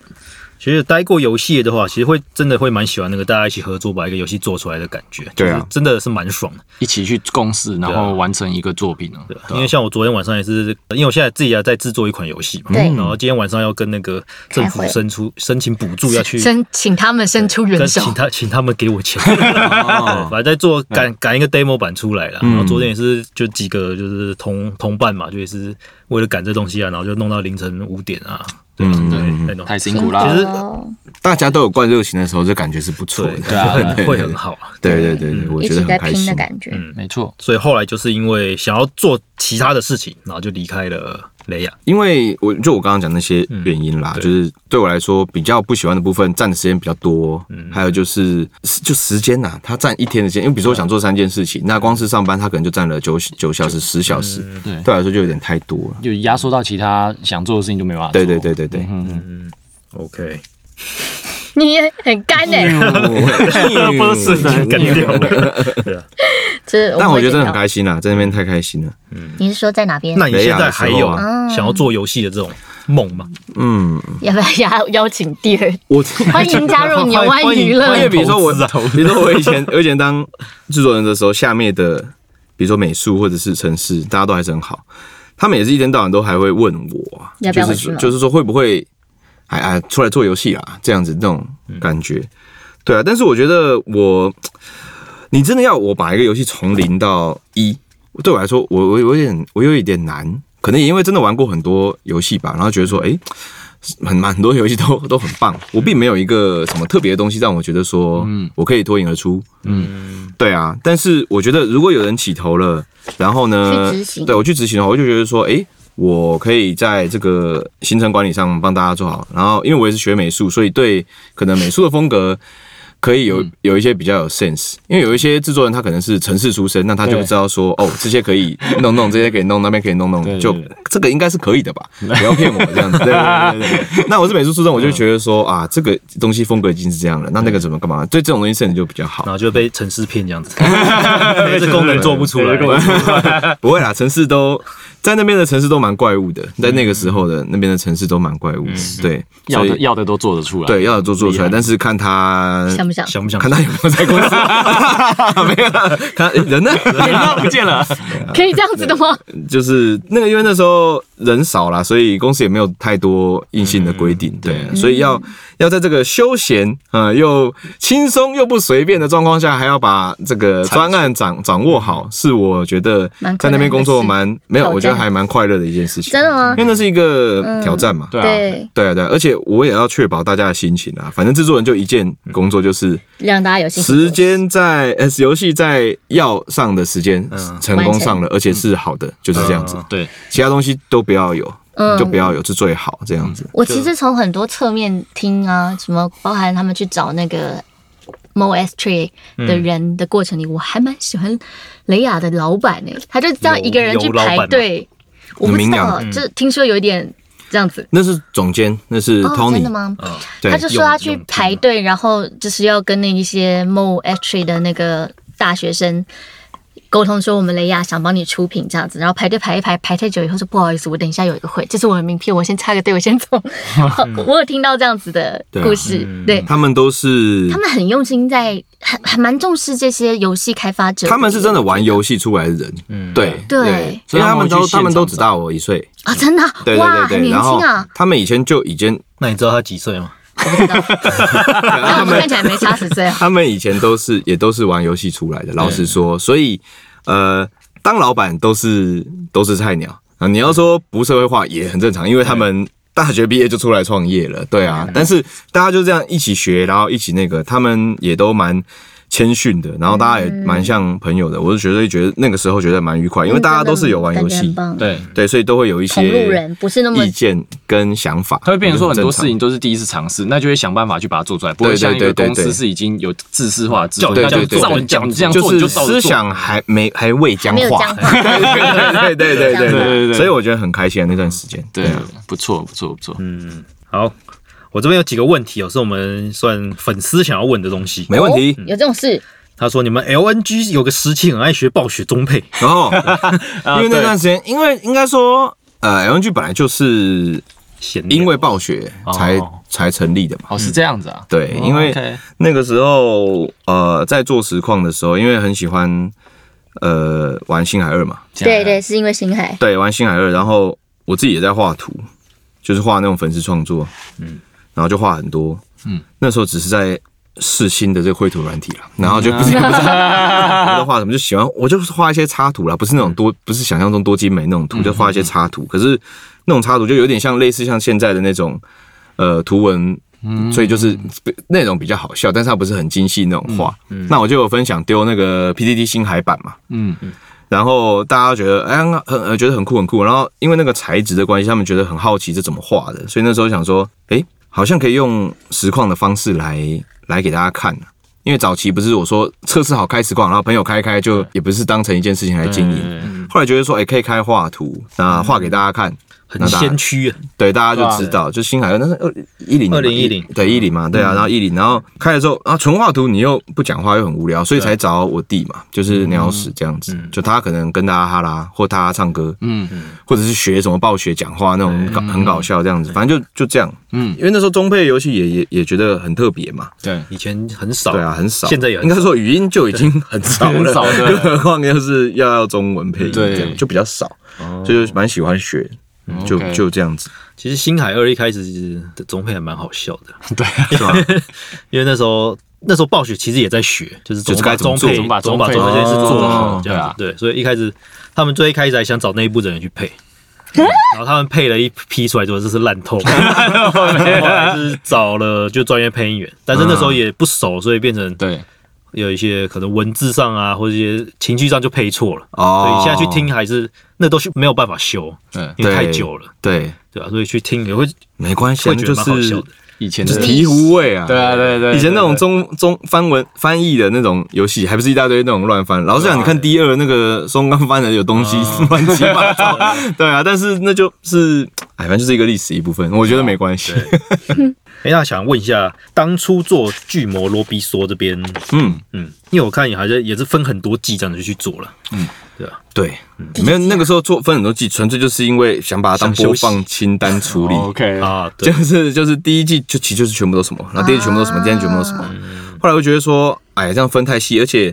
其实待过游戏的话，其实会真的会蛮喜欢那个大家一起合作把一个游戏做出来的感觉，
对啊
就是真的是蛮爽的。
一起去共事，然
对啊
后完成一个作品呢。哦
对吧，因为像我昨天晚上也是，因为我现在自己也啊在制作一款游戏嘛，
对
然后今天晚上要跟那个政府
开会
申出申请补助要去。
申请他们伸出
跟
援手
请，他请他们给我钱，
哦
哦
反正在做赶赶一个 demo 版出来了。然后昨天也是就几个就是同同伴嘛，就也是为了赶这东西啊，然后就弄到凌晨五点啊，对吧？
嗯嗯
对，
嗯
在弄
太辛苦啦。
啊其实
哦
大家都有灌热情的时候，这感觉是不错的。
对
对啊，
会很好啊。
对对对对，我
一
觉
起
得很
在
开
拼的
心。
感觉。
嗯
没错，
所以后来就是因为想要做其他的事情，然后就离开了雷亚。
因为我就我刚刚讲那些原因啦，
嗯对
就是对我来说比较不喜欢的部分，占的时间比较多，还有就是就时间呐、它占一天的时间。因为比如说我想做三件事情，那光是上班，它可能就占了九九小时、十小时，
对
对我来说就有点太多了。
就压缩到其他想做的事情就没办法做。
对对对对对，
嗯，
OK，
你也很干哎、
*laughs* 不是很干掉了。
就是
但我觉得真的很
干。
开心啊啦，在那边太开心了。
你是说在哪边？
那你现在还有
雷亚的时
想要做游戏的这种梦吗？
嗯，
要不要邀邀请第二？
我
*laughs* 欢迎加入牛湾娱乐
因。为比如说我， *laughs* 比如说我以前，我以前当制作人的时候，下面的比如说美术或者是城市，大家都还是很好，他们也是一天到晚都还会问我啊，
要不
就
要
是
回去
说
吗
就是说会不会，哎哎，出来做游戏啊，这样子那种感觉，对啊，但是我觉得我，你真的要我把一个游戏从零到一，对我来说，我我有点我有一点难，可能也因为真的玩过很多游戏吧，然后觉得说，哎、很很多游戏都 *laughs* 都很棒，我并没有一个什么特别的东西让我觉得说，嗯，我可以脱颖而出，嗯，对啊。但是我觉得如果有人起头了，然后呢
去执，行
对我去执行的话，我就觉得说，诶，我可以在这个行程管理上帮大家做好。然后，因为我也是学美术，所以对可能美术的风格可以有有一些比较有 sense，因为有一些制作人他可能是城市出身，那他就
对
知道说哦，这些可以弄弄，这些可以弄，那边可以弄弄，
对对
就
对
这个应该是可以的吧？不要骗我这样子。对对对对对。那我是美术出身，我就觉得说啊，这个东西风格已经是这样了，那那个怎么干嘛？对这种东西甚至就比较好
然。后就被城市骗这 *laughs* 样子，这功能做不 *laughs* 出来。
不会啦，城市都在那边的城市都蛮怪物的，在那个时候的那边的城市都蛮怪物的。对，
要
所
的
以
要的都做得出来。
对要做做出来，但是看他
想不想？
想不想
*laughs* 看他有没有在公
*laughs*
司，没有啦，看诶人呢？
脸都 *laughs* 不见了，
可以这样子的吗？
就是那个，因为那时候人少啦，所以公司也没有太多硬性的规
嗯
定，对，啊所以要要在这个休闲啊、呃又轻松又不随便的状况下，还要把这个专案掌掌握好，是我觉得
蛮困难
在
的
那边工作
事
蛮没有，
挑战
我觉得还蛮快乐的一件事情，
真的吗嗯
因为那是一个挑战嘛。
对啊，
对，
*laughs* 对啊，对啊，而且我也要确保大家的心情啊。反正制作人就一件工作，就是
让大家有兴趣。
时间在呃游戏在要上的时间
嗯
成功上了，而且是好的，就是这样子
嗯。
对，
其他东西都不要有，
嗯
就不要有是最好这样子。
我其实从很多侧面听啊，什么包含他们去找那个 Mo S Tree 的人的过程里，我还蛮喜欢雷亚的老板呢、他就这样一个人去
有有老板吗
排队。我不知
明
道
朗，
就听说有一点这样子。
那是总监，那是
哦，真的
Tony，
吗？
啊，
对
他就说他去
用用
排队，然后就是要跟那一些 Mo S Tree 的那个大学生。沟通说我们雷亚想帮你出品这样子，然后排队排一排，排太久以后说不好意思，我等一下有一个会，这是我的名片，我先插个队，我先
*laughs*
走。我有听到这样子的
嗯对啊
故事，
嗯
对
他们都是
他们很用心在，很很蛮重视这些游戏开发者。
他们是真的玩游戏出来的人，
嗯
对
对
所以他
所以他们会
们都
去现场
他们都只大我一岁，
啊、真的啊、
对
哇，
对对
很
对，
年
然后
轻啊，
他们以前就已经，
那你知道他几岁吗？
我不知道， *laughs* 啊但我们看起来没差十岁啊。
*laughs* 他们以前都是也都是玩游戏出来的，老实说，所以呃，当老板都是都是菜鸟啊。你要说不社会化也很正常，因为他们。大学毕业就出来创业了，对
嗯
啊。但是大家就这样一起学，然后一起那个，他们也都蛮谦逊的，然后大家也蛮像朋友的。我就觉得觉得那个时候觉得蛮愉快，因为大家都是有玩游
嗯感觉很
戏，
棒。
对，
对，所以都会有一
同路人
些
不是那么
意见跟想法。
它会变成说很多
我觉得
事
正
情都是第一次尝试，那就会想办法去把它做出来，不会像一
对
个
对对
公司
对
是已经有制式化的制度，
对
哦那就
对对
照
对
你讲你这样
常
做，你就
就
是照着
思
做
想还没还未僵
没有
化 *laughs*
僵，化
对对对对
对
对对
所以我觉得很开心啊那段时间。
对，不错不错不错，
嗯
好，我这边有几个问题哦，是我们算粉丝想要问的东西。
没问题
哦。有这种事，
他说你们 LNG 有个时期很爱学暴雪中配，
*laughs* 然
哦
后
啊
因为那段时间，因为应该说，呃，LNG 本来就是
闲聊
因为暴雪才
哦
才成立的嘛。
哦是这样子啊，
嗯对，
哦
因为
OK
那个时候，呃，在做实况的时候，因为很喜欢，呃，玩星海二嘛，
对对，是因为星海
对，玩星海二，然后我自己也在画图，就是画那种粉丝创作，嗯，然后就画很多，嗯，那时候只是在试新的这个绘图软体啦，然后就不是不 *laughs* 是我在画什么，就喜欢我就是画一些插图啦，不是那种多不是想象中多精美那种图，就画一些插图，可是那种插图就有点像类似像现在的那种呃图文。所以就是那种比较好笑，但是它不是很精细那种画。那我就有分享丢那个 PDD 星海版嘛，
嗯，
然后大家觉得哎很很觉得很酷很酷，然后因为那个材质的关系，他们觉得很好奇这怎么画的，所以那时候想说，哎，好像可以用实况的方式来来给大家看、啊因为早期不是我说测试好开实况，然后朋友开一开就也不是当成一件事情来经营，后来觉得说，哎，可以开画图，那画给大家看，
很先驱啊，
对，大家就知道，就星海那是二一零
2010
对一零嘛，对啊，然后一零，然后开的时候啊，纯画图你又不讲话又很无聊，所以才找我弟嘛，就是鸟屎这样子，就他可能跟大家哈拉，或他唱歌，嗯，或者是学什么暴雪讲话那种搞很搞笑这样子，反正就就这样，
嗯
嗯，因为那时候中配游戏也也也觉得很特别嘛，
对，
以前很少，
对啊，很少，
现在也
应
很
该
少
说语音就已经很少了，
很少对
更何况又是要要中文配音，
对
这样就比较少，所以就蛮喜欢学，就
OK
就这样子。
其实星海二一开始的中配还蛮好笑的，
对，
是吧？ *laughs* 因为那时候那时候暴雪其实也在学，就是
就是
怎
该
么
怎
中
么做
配，
怎么
把
怎么把
中配
中配这件事做好
哦，
这样子。对，所以一开始他们最一开始还想找内部的人去配。然后他们配了一批出来，之后这是烂透，然后后来是找了就专业配音员，但是那时候也不熟，所以变成
对，
有一些可能文字上啊，或者一些情绪上就配错了。所
哦
以你现在去听还是那都是没有办法修，
对，
因为太
对
久了，
对，
对啊吧、所以去听也会
没关系，
会
那
觉得
就
蛮好
是
笑的。
以前
就
的
是醍醐味啊。
对啊对对，
以前那种
对
中中翻文翻译的那种游戏，还不是一大堆那种乱翻。老实讲，你看第二那个松冈翻的有东西 *laughs* 乱七八糟，
*laughs*
对啊。但是那就是，哎，反正就是一个历史一部分，我觉得没关系。
哎、那想问一下，当初做巨魔罗比索这边，
嗯，
嗯，因为我看你还是也是分很多季这样子去做了，
对，没有那个时候做分很多季，纯粹就是因为想把它当
想休
播
息
放清单处理。
OK 啊，
啊，对
就，是就是第一季就其实就是全部都什么，然后第二季全部都什么，第三季全部都什么。后来我觉得说，哎，这样分太细，而且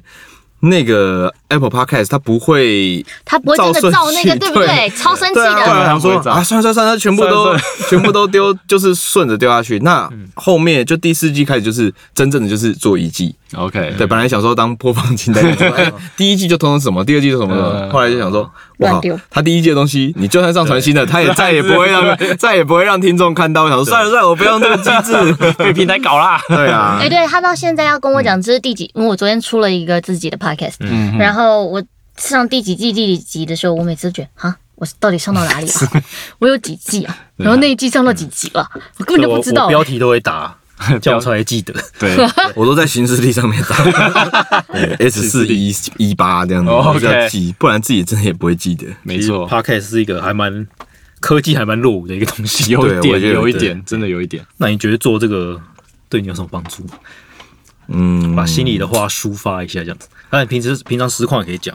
那个 Apple Podcast 它不会
他不会真的
照
照
顺
那
序
个，对不对？超生气
对啊，后来
的，
想说
不会照
啊，算了算了算了，全部都 *laughs* 全部都丢，就是顺着丢下去。那后面就第四季开始，就是真正的就是做一季。
OK，
对，本来想说当播放清单，哎第一季就通通什么，第二季就什么什么，
嗯
后来就想说，我
乱
靠
丢，
他第一季的东西，你就算上传新的，他也再也不会让再也不会让听众看到。我想说，算了算了，我不要用这个机制。
被平台
*laughs*
搞啦，
对啊
哎，，对他到现在要跟我讲这是第几，因为我昨天出了一个自己的 podcast，
嗯
然后我上第几季第几集的时候，我每次都觉得哈。我到底上到哪里了、
*laughs*
我有几季啊？然后那一季上到几集了？
嗯
我根本就
所以我
不知道
我
欸、
标题都会打，这样我才会记得。
对，
我都在行事历上面 *laughs* 打 S 四一一八这样子，
哦
我就要
OK
记，不然自己真的也不会记得。
没错，
，Podcast 是一个还蛮科技还蛮落伍的一个东西。 *laughs*
有一
*laughs* 对我
点
觉得
有一
对
点，真的有一点，
那你觉得做这个对你有什么帮助？
嗯，
把心里的话抒发一下，这样子。那你平时平常实况也可以讲，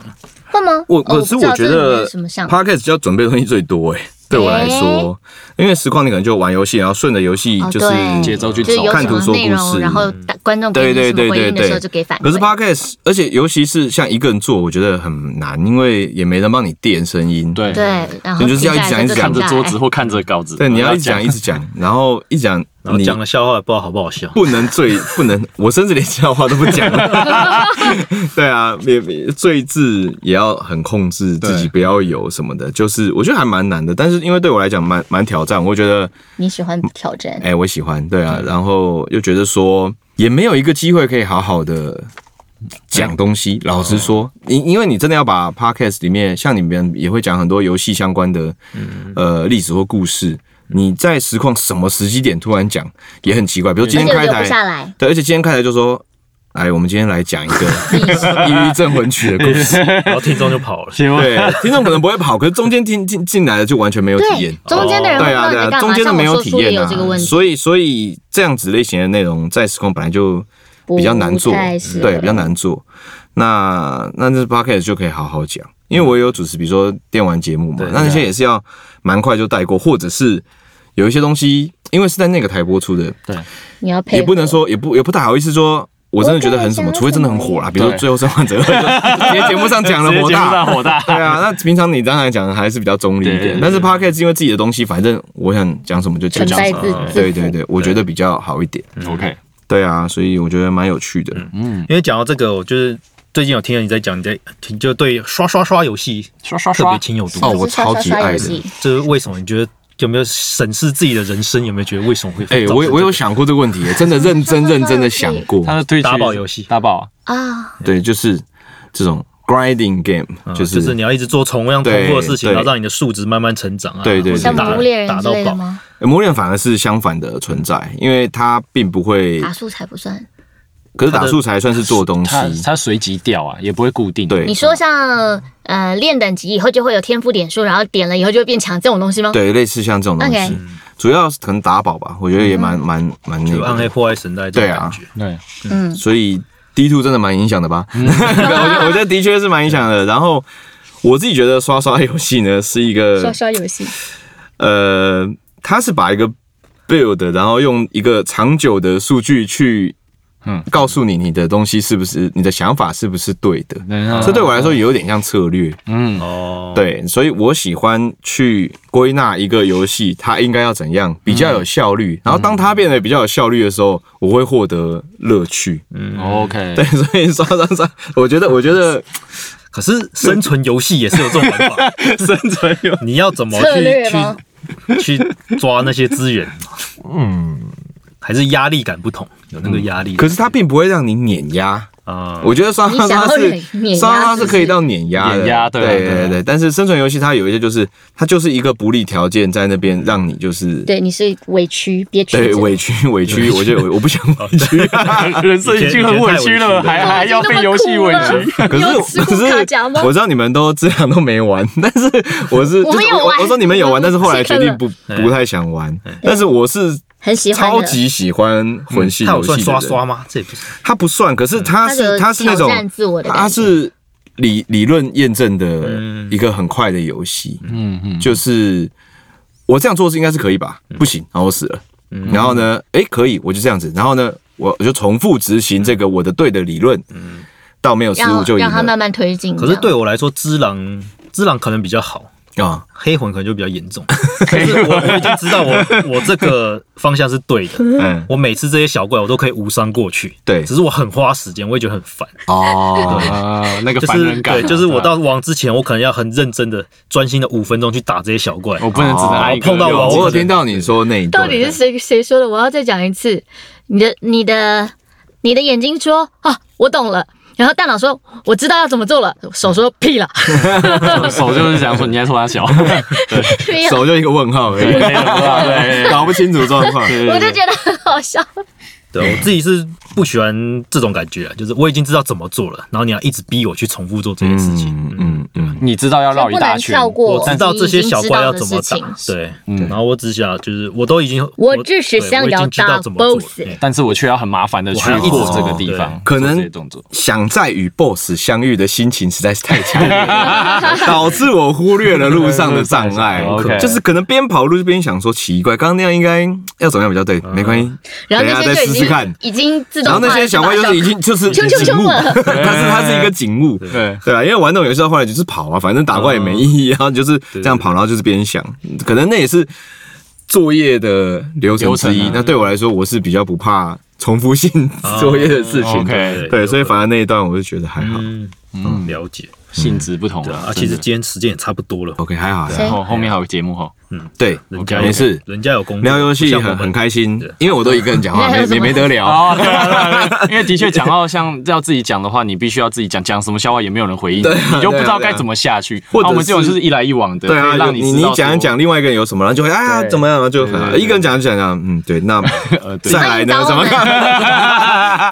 会吗？
我
哦我
可
不
是
知
我
道
觉
这里面
得
有什么像
podcast 要准备的东西最多哎、对我来说，因为实况你可能就玩游戏，然后顺着游戏
哦
就是
对
节奏去
就是
走
有
看
什
图
么
说
内
故
容，
事嗯
然后观众给你
对
什
对
么回
对
应的时候
对对
就给反馈。
可是 podcast，而且尤其是像一个人做，我觉得很难，因为也没人帮你垫声音。
对，
对，然后
你就是要一直讲一直
停下来
讲
看
就停
着
下
桌
来
子或看着稿子，
对，你要一直
*laughs* 讲
讲，一直讲，然后一讲，
然后
你
讲了笑话也不知道好不好
*laughs*
笑。
不能最不能，我甚至连笑话都不讲了。 *laughs* 对啊，也也醉字也要很控制自己，
对
不要有什么的，就是我觉得还蛮难的。但是因为对我来讲蛮蛮挑战，我觉得
你喜欢挑战？
哎、我喜欢，对啊，然后又觉得说也没有一个机会可以好好的讲东西。
嗯
老实说，
哦
你因为你真的要把 podcast 里面，像你们也会讲很多游戏相关的
嗯
呃历史或故事，你在实况什么时机点突然讲也很奇怪。比如今
嗯而
天
且
开
留不
台，
下
*laughs*
来，
对，而且今天开台就说。哎，我们今天来讲
*laughs*
一个《
历史
抑郁症魂曲》的故事。
然后听众就跑了。
对，听众可能不会跑，可是中间听进进来的就完全没有体验
对。哎中间的人会不
对
知道
啊，
你
对
在干嘛。
啊，中间都
像
没
我
有
说
体
书里
验
有
啊
这个问，题，
所以所以这样子类型的内容在时空本来就比较难做
不太适，合
对，比较难做。那那这 podcast 就可以好好讲，因为我有主持，比如说电玩节目嘛
对，啊
那那些也是要蛮快就带过，或者是有一些东西，因为是在那个台播出的，
你要配合
也不能说也不也不太好意思说。我真的觉得很什么，除非真的很火啦，比如说
对
最后生还者二， *laughs* 就直接节目上讲了
直接
火
节目
大
上，火
*laughs*
大，
对啊，那平常你当然讲还是比较中立一
对对
点
对，
但是 podcast 因为自己的东西，反正我想讲什么就讲
存
什
在
么，
自
啊
自
对
负
对对，我觉得比较好一点。
OK，
对啊，所以我觉得蛮有趣的。
嗯，
因为讲到这个，我就是最近有听到你在讲，你在你就对刷刷刷游戏
刷刷
特
刷
别，情有独
哦
钟。
我超级
刷刷
爱
游
的
戏，
这是为什么？你觉得有没有审视自己的人生？有没有觉得为什么会？
哎、我我有想过这个问题，真
*laughs*
的认真认真的想过。
他的推
打宝游戏
打宝啊，
啊，
对，就是这种 grinding game，
嗯
就、
就是是你要一直做同样重复的事情，
对对
然后让你的数值慢慢成长啊。
对对对
或者
像
打
魔物猎人
打
之
到
类的
爆。
吗？
呃魔人反而是相反的存在，因为它并不会，
打素才不算。
可是打素材算是做东西。
啊它它随机掉啊，也不会固定。
对
你说像呃练等级以后就会有天赋点数，然后点了以后就会变强这种东西吗？
*laughs* 对，类似像这种东西
OK
主要是可能打宝吧，我觉得也蛮蛮蛮那
就暗
个
黑
的，
破坏神代这种
啊
感觉，
对，
嗯，
所以 D two 真的蛮影响的 *laughs* 吧？我觉得我觉得的确是蛮影响的。然后我自己觉得刷刷游戏呢是一个
刷游 *laughs* 戏，
呃，它是把一个 build，然后用一个长久的数据去
嗯
告诉你你的东西是不是你的想法是不是对的。
那
这对我来说也有点像策略，
嗯，
哦，，
对，所以我喜欢去归纳一个游戏它应该要怎样比较有效率，然后当它变得比较有效率的时候，我会获得乐趣。
嗯
OK， *laughs*
对，所以刷刷刷，我觉得我觉得
可是生存游戏也是有这种玩
*laughs*
法，
生存有
你要怎么
策略吗
去去去抓那些资源？嗯，还是压力感不同，有那个压力。
嗯可是它并不会让你碾压。
啊，
我觉得刷刷刷
你想要碾
是
压
刷刷刷是可以到碾压的，
碾压对
对
啊
对
对啊
对但是生存游戏它有一些就是它就是一个不利条件在那边让你就是
对，你是委屈憋屈
对
者
委屈委屈，我就我我不想委屈。
*laughs* 人生已经很委屈了，还
哎
还要被游戏委屈。
*laughs* 可
你
是
有吃
可
过卡夹
是
吗
我知道你们都这样都没玩， *laughs* 但是我是
我们
就是
有玩
我说你们有
我
玩，
们
但是后来决定不
了哎
不太想玩。但是我是
很喜欢
超
的
级喜欢魂系
嗯他有
游戏
算刷
的人
刷嗯吗？这也不是，
它不算，可是它
它有
是它是那种
挑战自我的感觉
它是理理论验证的
嗯
一个很快的游戏，
嗯嗯，
就是我这样做是应该是可以吧？
嗯
不行，然后我死了，然后呢，诶，可以，我就这样子，然后呢，我我就重复执行这个我的对的理论，
嗯
到没有失误
让
就赢
让他慢
了
慢推进。
可是
这
对
样
我来说，只狼只狼可能比较好，
啊。
黑魂可能就比较严 *laughs* 重。可是我我已经知道我我这个方向是对的，
嗯，
我每次这些小怪我都可以无伤过去。
对
只是我很花时间，我也觉得很烦。
哦，
啊，那个
就
烦
是
人感啊，
对，就是我
对
到
吧
王之前，我可能要很认真的、专心的五分钟去打这些小怪。
我不能只能按一个
哦碰到
钮
我
我有听到你说那一段，
到底是谁谁说的？我要再讲一次。你的你的你的眼睛说啊，我懂了。然后大脑说我知道要怎么做了，手说屁了，
手就是想说你在说他 *laughs* 小，
没有，
手就一个问号而
对
已，
对
搞不清楚状况。
对，
我就觉得很好
*laughs*
笑。
对我自己是不喜欢这种感觉啊，就是我已经知道怎么做了，然后你要一直逼我去重复做这件事情。
嗯嗯嗯，
你知道要绕一
不
大
能
圈，
跳过
我知道这些小怪要怎
你
么
已经知道
打
的事，情
对，
嗯
然后我只想就是我都已经，
我只是
对
想
我已
要
经知道
打
怎么做了
boss
哎
但是我却要很麻烦的
我
去
还要
一
过
直这个
哦
地
对
方，
可
做这些
能
动作。
想在与 BOSS 相遇的心情实在是太强
*laughs*
烈了，导致我忽略了路上的障碍
OK。
就是可能边跑路边想说奇怪，刚刚那样应该要怎么样比较对？没关系，
然后
等
那
一
些
下
就
再
已
试试
经
看。
已经自动
然
化了，
后那些小怪就是已经就是
冲冲
景
冲
物，
了
但是它是一个景物，
对 *laughs*
对啊，因为玩那种游戏到后来就是跑啊，反正打怪也没意
哦
*laughs* 义，然后就是这样跑，然后就是边想，可能那也是作业的流程之
流
一
程啊。
那对我来说，我是比较不怕重复性
哦
作业的事情，
OK，
*laughs* 对，所以反
正
而那一段我就觉得还好。
嗯嗯了解，
性质不同
对啊，啊
真
其
的
实今天时间也差不多了，
OK，还好，还好
谁
然哦后后面还有节目哈，
对，
人家有
没事。
人家有工作
聊游戏
不像我
很
们
很开心
对，
因为我都一个人讲话，
你还
*laughs*
没
有什
没
么
没得聊。
哦，对啊对啊 *laughs* 对啊因为的确讲到像要自己讲的话，你必须要自己讲，讲什么笑话也没有人回应，
对啊
你就不知道
对啊对啊
该怎么下去。
或者
啊我们这种
是
就是一来一往的，
对
可
啊，
以
就
让你
你
知道
你讲一
说，
讲，另外一个人有什么，然后就会啊怎么样，然后就很好
对对对
一个人讲就讲讲，嗯，对，那
*laughs* 呃，对，
再
欢
来呢
迎找
怎么
我们
看？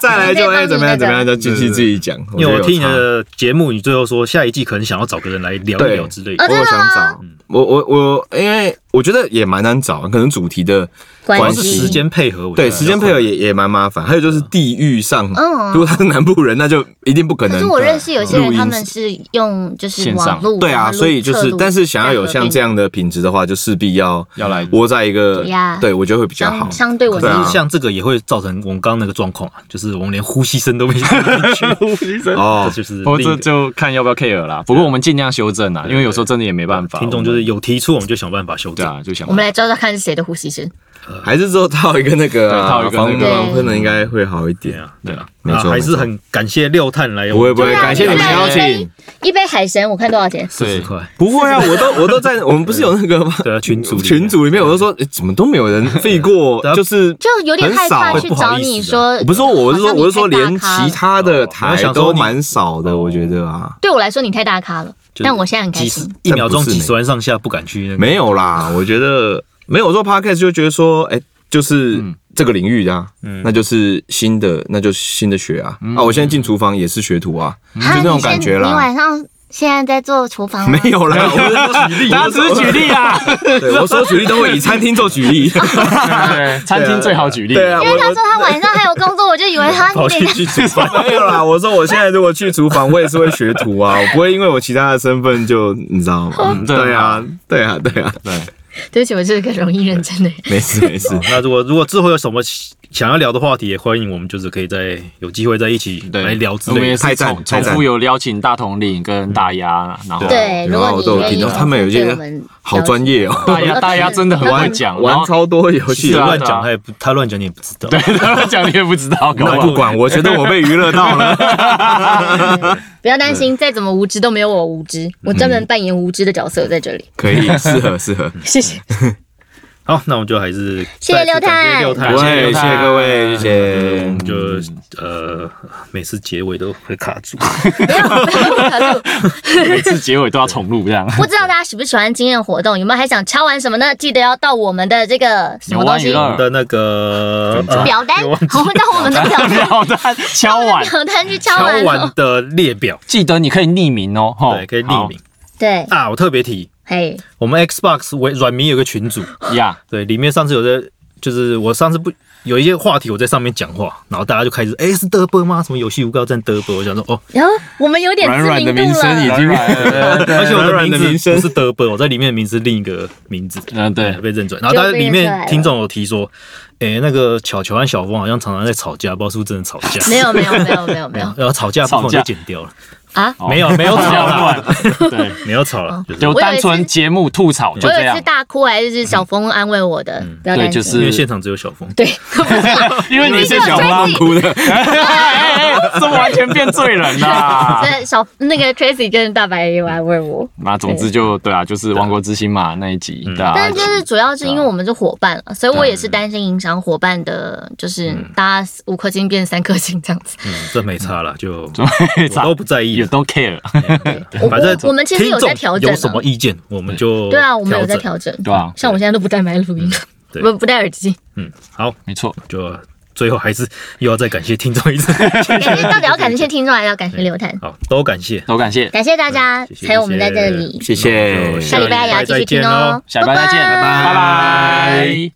*laughs*
再来就哎
你可以帮你
怎么样
那个
怎么样，就继续自己讲。
因为
觉
我
得
听你
有差
的节目，你最后说下一季可能想要找个人来聊一聊之类的
啊，
我
真
有
的
想
吗？
嗯
找，我我我，因为我觉得也蛮难找，可能主题的
主
关
要
关
是
系
时间配合，我觉得
对时间配合也也蛮麻烦，还有就是地域上，
嗯
如果他是南部人，那就一定不可
可
能。
是我认识有些
啊录
人，
音
他们是用就是
线上
网络
对啊，所以就是，但是想要有像这
样
样的品质的话，就势必要
要来
窝在一个
呀，
对我觉得会比较好
相。相对稳
可
定
对啊
是像这个也会造成我们刚刚那个状况啊，就是我们连呼吸声都没听
*laughs*
进去，呼吸声
哦
就是另一
不过
个
这就看要不要 care 啦。不过我们尽量修正啦，啊因为有时候真的也没办法。
听众就是有提出，我们就想办法修
对
正。
啊，就想
我们来找找看是谁的呼吸声。
还是之后套一个那个啊
对套一个那
防
个
防喷的，应该会好一
对
点。
啊，
对啊，
没
啊
错，
还
没
是
错
很感谢六探来，
不会不会，
对啊
感谢你们
对啊
邀
对啊
请。
一杯海神，我看多少钱？
四十
对
块，
不会啊，
*laughs*
我都我都在，我们不是有那个吗？
*laughs* 对啊群组里面
群组里面，我就说诶怎么都没有人费
*laughs*
过
对，啊
就是
就有点害怕
少
很
去找你说，
我不是说我，我是
好
说
像你
我是说
太大
连
咖了
其他的台都蛮少的，
哦
我觉得啊，
对我来说你太大咖了，
就是
但我现在很开
几十
心。
一秒钟几十万上下，不敢去那个。
没有啦，我觉得没有我做 podcast 就觉得说，哎，就是
嗯
这个领域的啊
嗯，
那就是新的，那就新的学啊啊！我现在进厨房也是学徒啊，就
哈
那种感觉
啊你现你
啦。
晚上现在在做厨房啊吗
没，
*laughs*
有啦，我是举例，
大家只是举例 *laughs* 啊，
*laughs* 对，我说举例都会以餐厅做举例，
餐厅最好举例。
对啊，
因为
我
他说他晚上还有工作，我就以为他
跑
你
去去煮饭，
*laughs* 没有啦，我说我现在如果去厨房，我也是会学徒啊，我不会因为我其他的身份就你知道吗？嗯
对啊
对啊，对啊，对啊，
对，
对不起，我就是个容易认真的人。
没事没事，
那如果如果之后有什么想要聊的话题，也欢迎我们就是可以在有机会在一起
对，啊
来聊之
我们
类
也
的。
太
是
赞
重
太
重
赞
复有邀请大统领跟大鸭，然后
对，
有
如
啊
果
我
你
都有
愿
听
意
到
重复
他们有一些
对我们
*laughs* 好专业哦，
*laughs*
大鸭大鸭真的很会讲，然
*laughs* 玩
后
超多游戏
其实
是啊
的。
乱讲他也不，他乱讲你也不知道。
他讲你也不知道，搞
那
不
不
好
管，我觉得我被娱乐到了。
不要担
嗯
心，再怎么无知都没有我无知，我专门扮演无知的角色在这里。
可以，适合适合。
谢谢，
好，那我们就还是
谢谢
再次感谢
六
六
探
探，
*laughs* 不
谢
会，嗯
刘
谢
太
谢各位，谢
我
谢
们。就呃，每次结尾都会卡住。
啊
不要不要不要录
每次结尾都要重录这样。
不知道大家喜不喜欢经验活动，有没有还想敲完什么呢？记得要到我们的这个什么东西
有啊有啊
我们的那个呃
表单，
有啊
我们到我们的表
*laughs*
单。
表单敲碗，
表单去敲
敲
完
完
了，
的列表，
记得你可以匿名哦，吼
对，可以匿名
对，
啊。我特别提，
嘿，
我们 Xbox 为软迷有个群组，
好呀。
对，里面上次有在，就是我上次不有一些话题我在上面讲话，然后大家就开始，哎、是德波吗？什么游戏无高站德波？我想说，哦，
然后我们有点知
软软的
名
名
度
声已
了，
经，
*laughs*
而且我
软软
名
的
字
名声
不是德波，我在里面的名字是另一个名字，
嗯，对，
被认准。然后大家里
就被认出来
面
了
听众有提说，哎、那个巧巧和小峰好像常常在吵架，不知道是不是真的吵架。
没有没有没有没有没有
然后吵架部分我
吵架
就剪掉了，
啊！
哦
没有没有
不
吵
要
啦，
乱，对，
没有吵了，就是
就单纯节目吐槽就
我
这
有一
样
次。大哭，还是小峰安慰我的，不要担
对就
心。
是
因为现场只有小峰，
对，不是啦
因为你是小猫，
浪哭的，
哎哎哎这完全变罪人啦。
这小那个 Tracy 跟大白也有安慰我，
那总之就对啊，就是《亡国之心》嘛那一集，对啊，
但是就是主要是因为我们是伙伴啊了，所以我也是担心影响伙伴的，就是大家五颗星变三颗星这样子。
嗯，这没差了，就
非
我
常
都不在意
也
了。
都 care，
我
反正
我我们其实有在
听众
调整啊
有什么意见我们就
对啊，我们有在
调整。
调整。
对啊，
像我现在都不戴麦录音了，
对
不不戴耳机。
嗯，好，
没错，
就最后还是又要再感谢听众一次。
哎
因为到底要感谢听众，还是要感谢刘坦？
好，都感谢，
都感谢，
感谢大家
谢谢
陪我们在这里，
谢谢。
那我就
下礼拜也要继续听
下礼拜再见咯，
下
哦
礼拜再见，
拜
拜拜。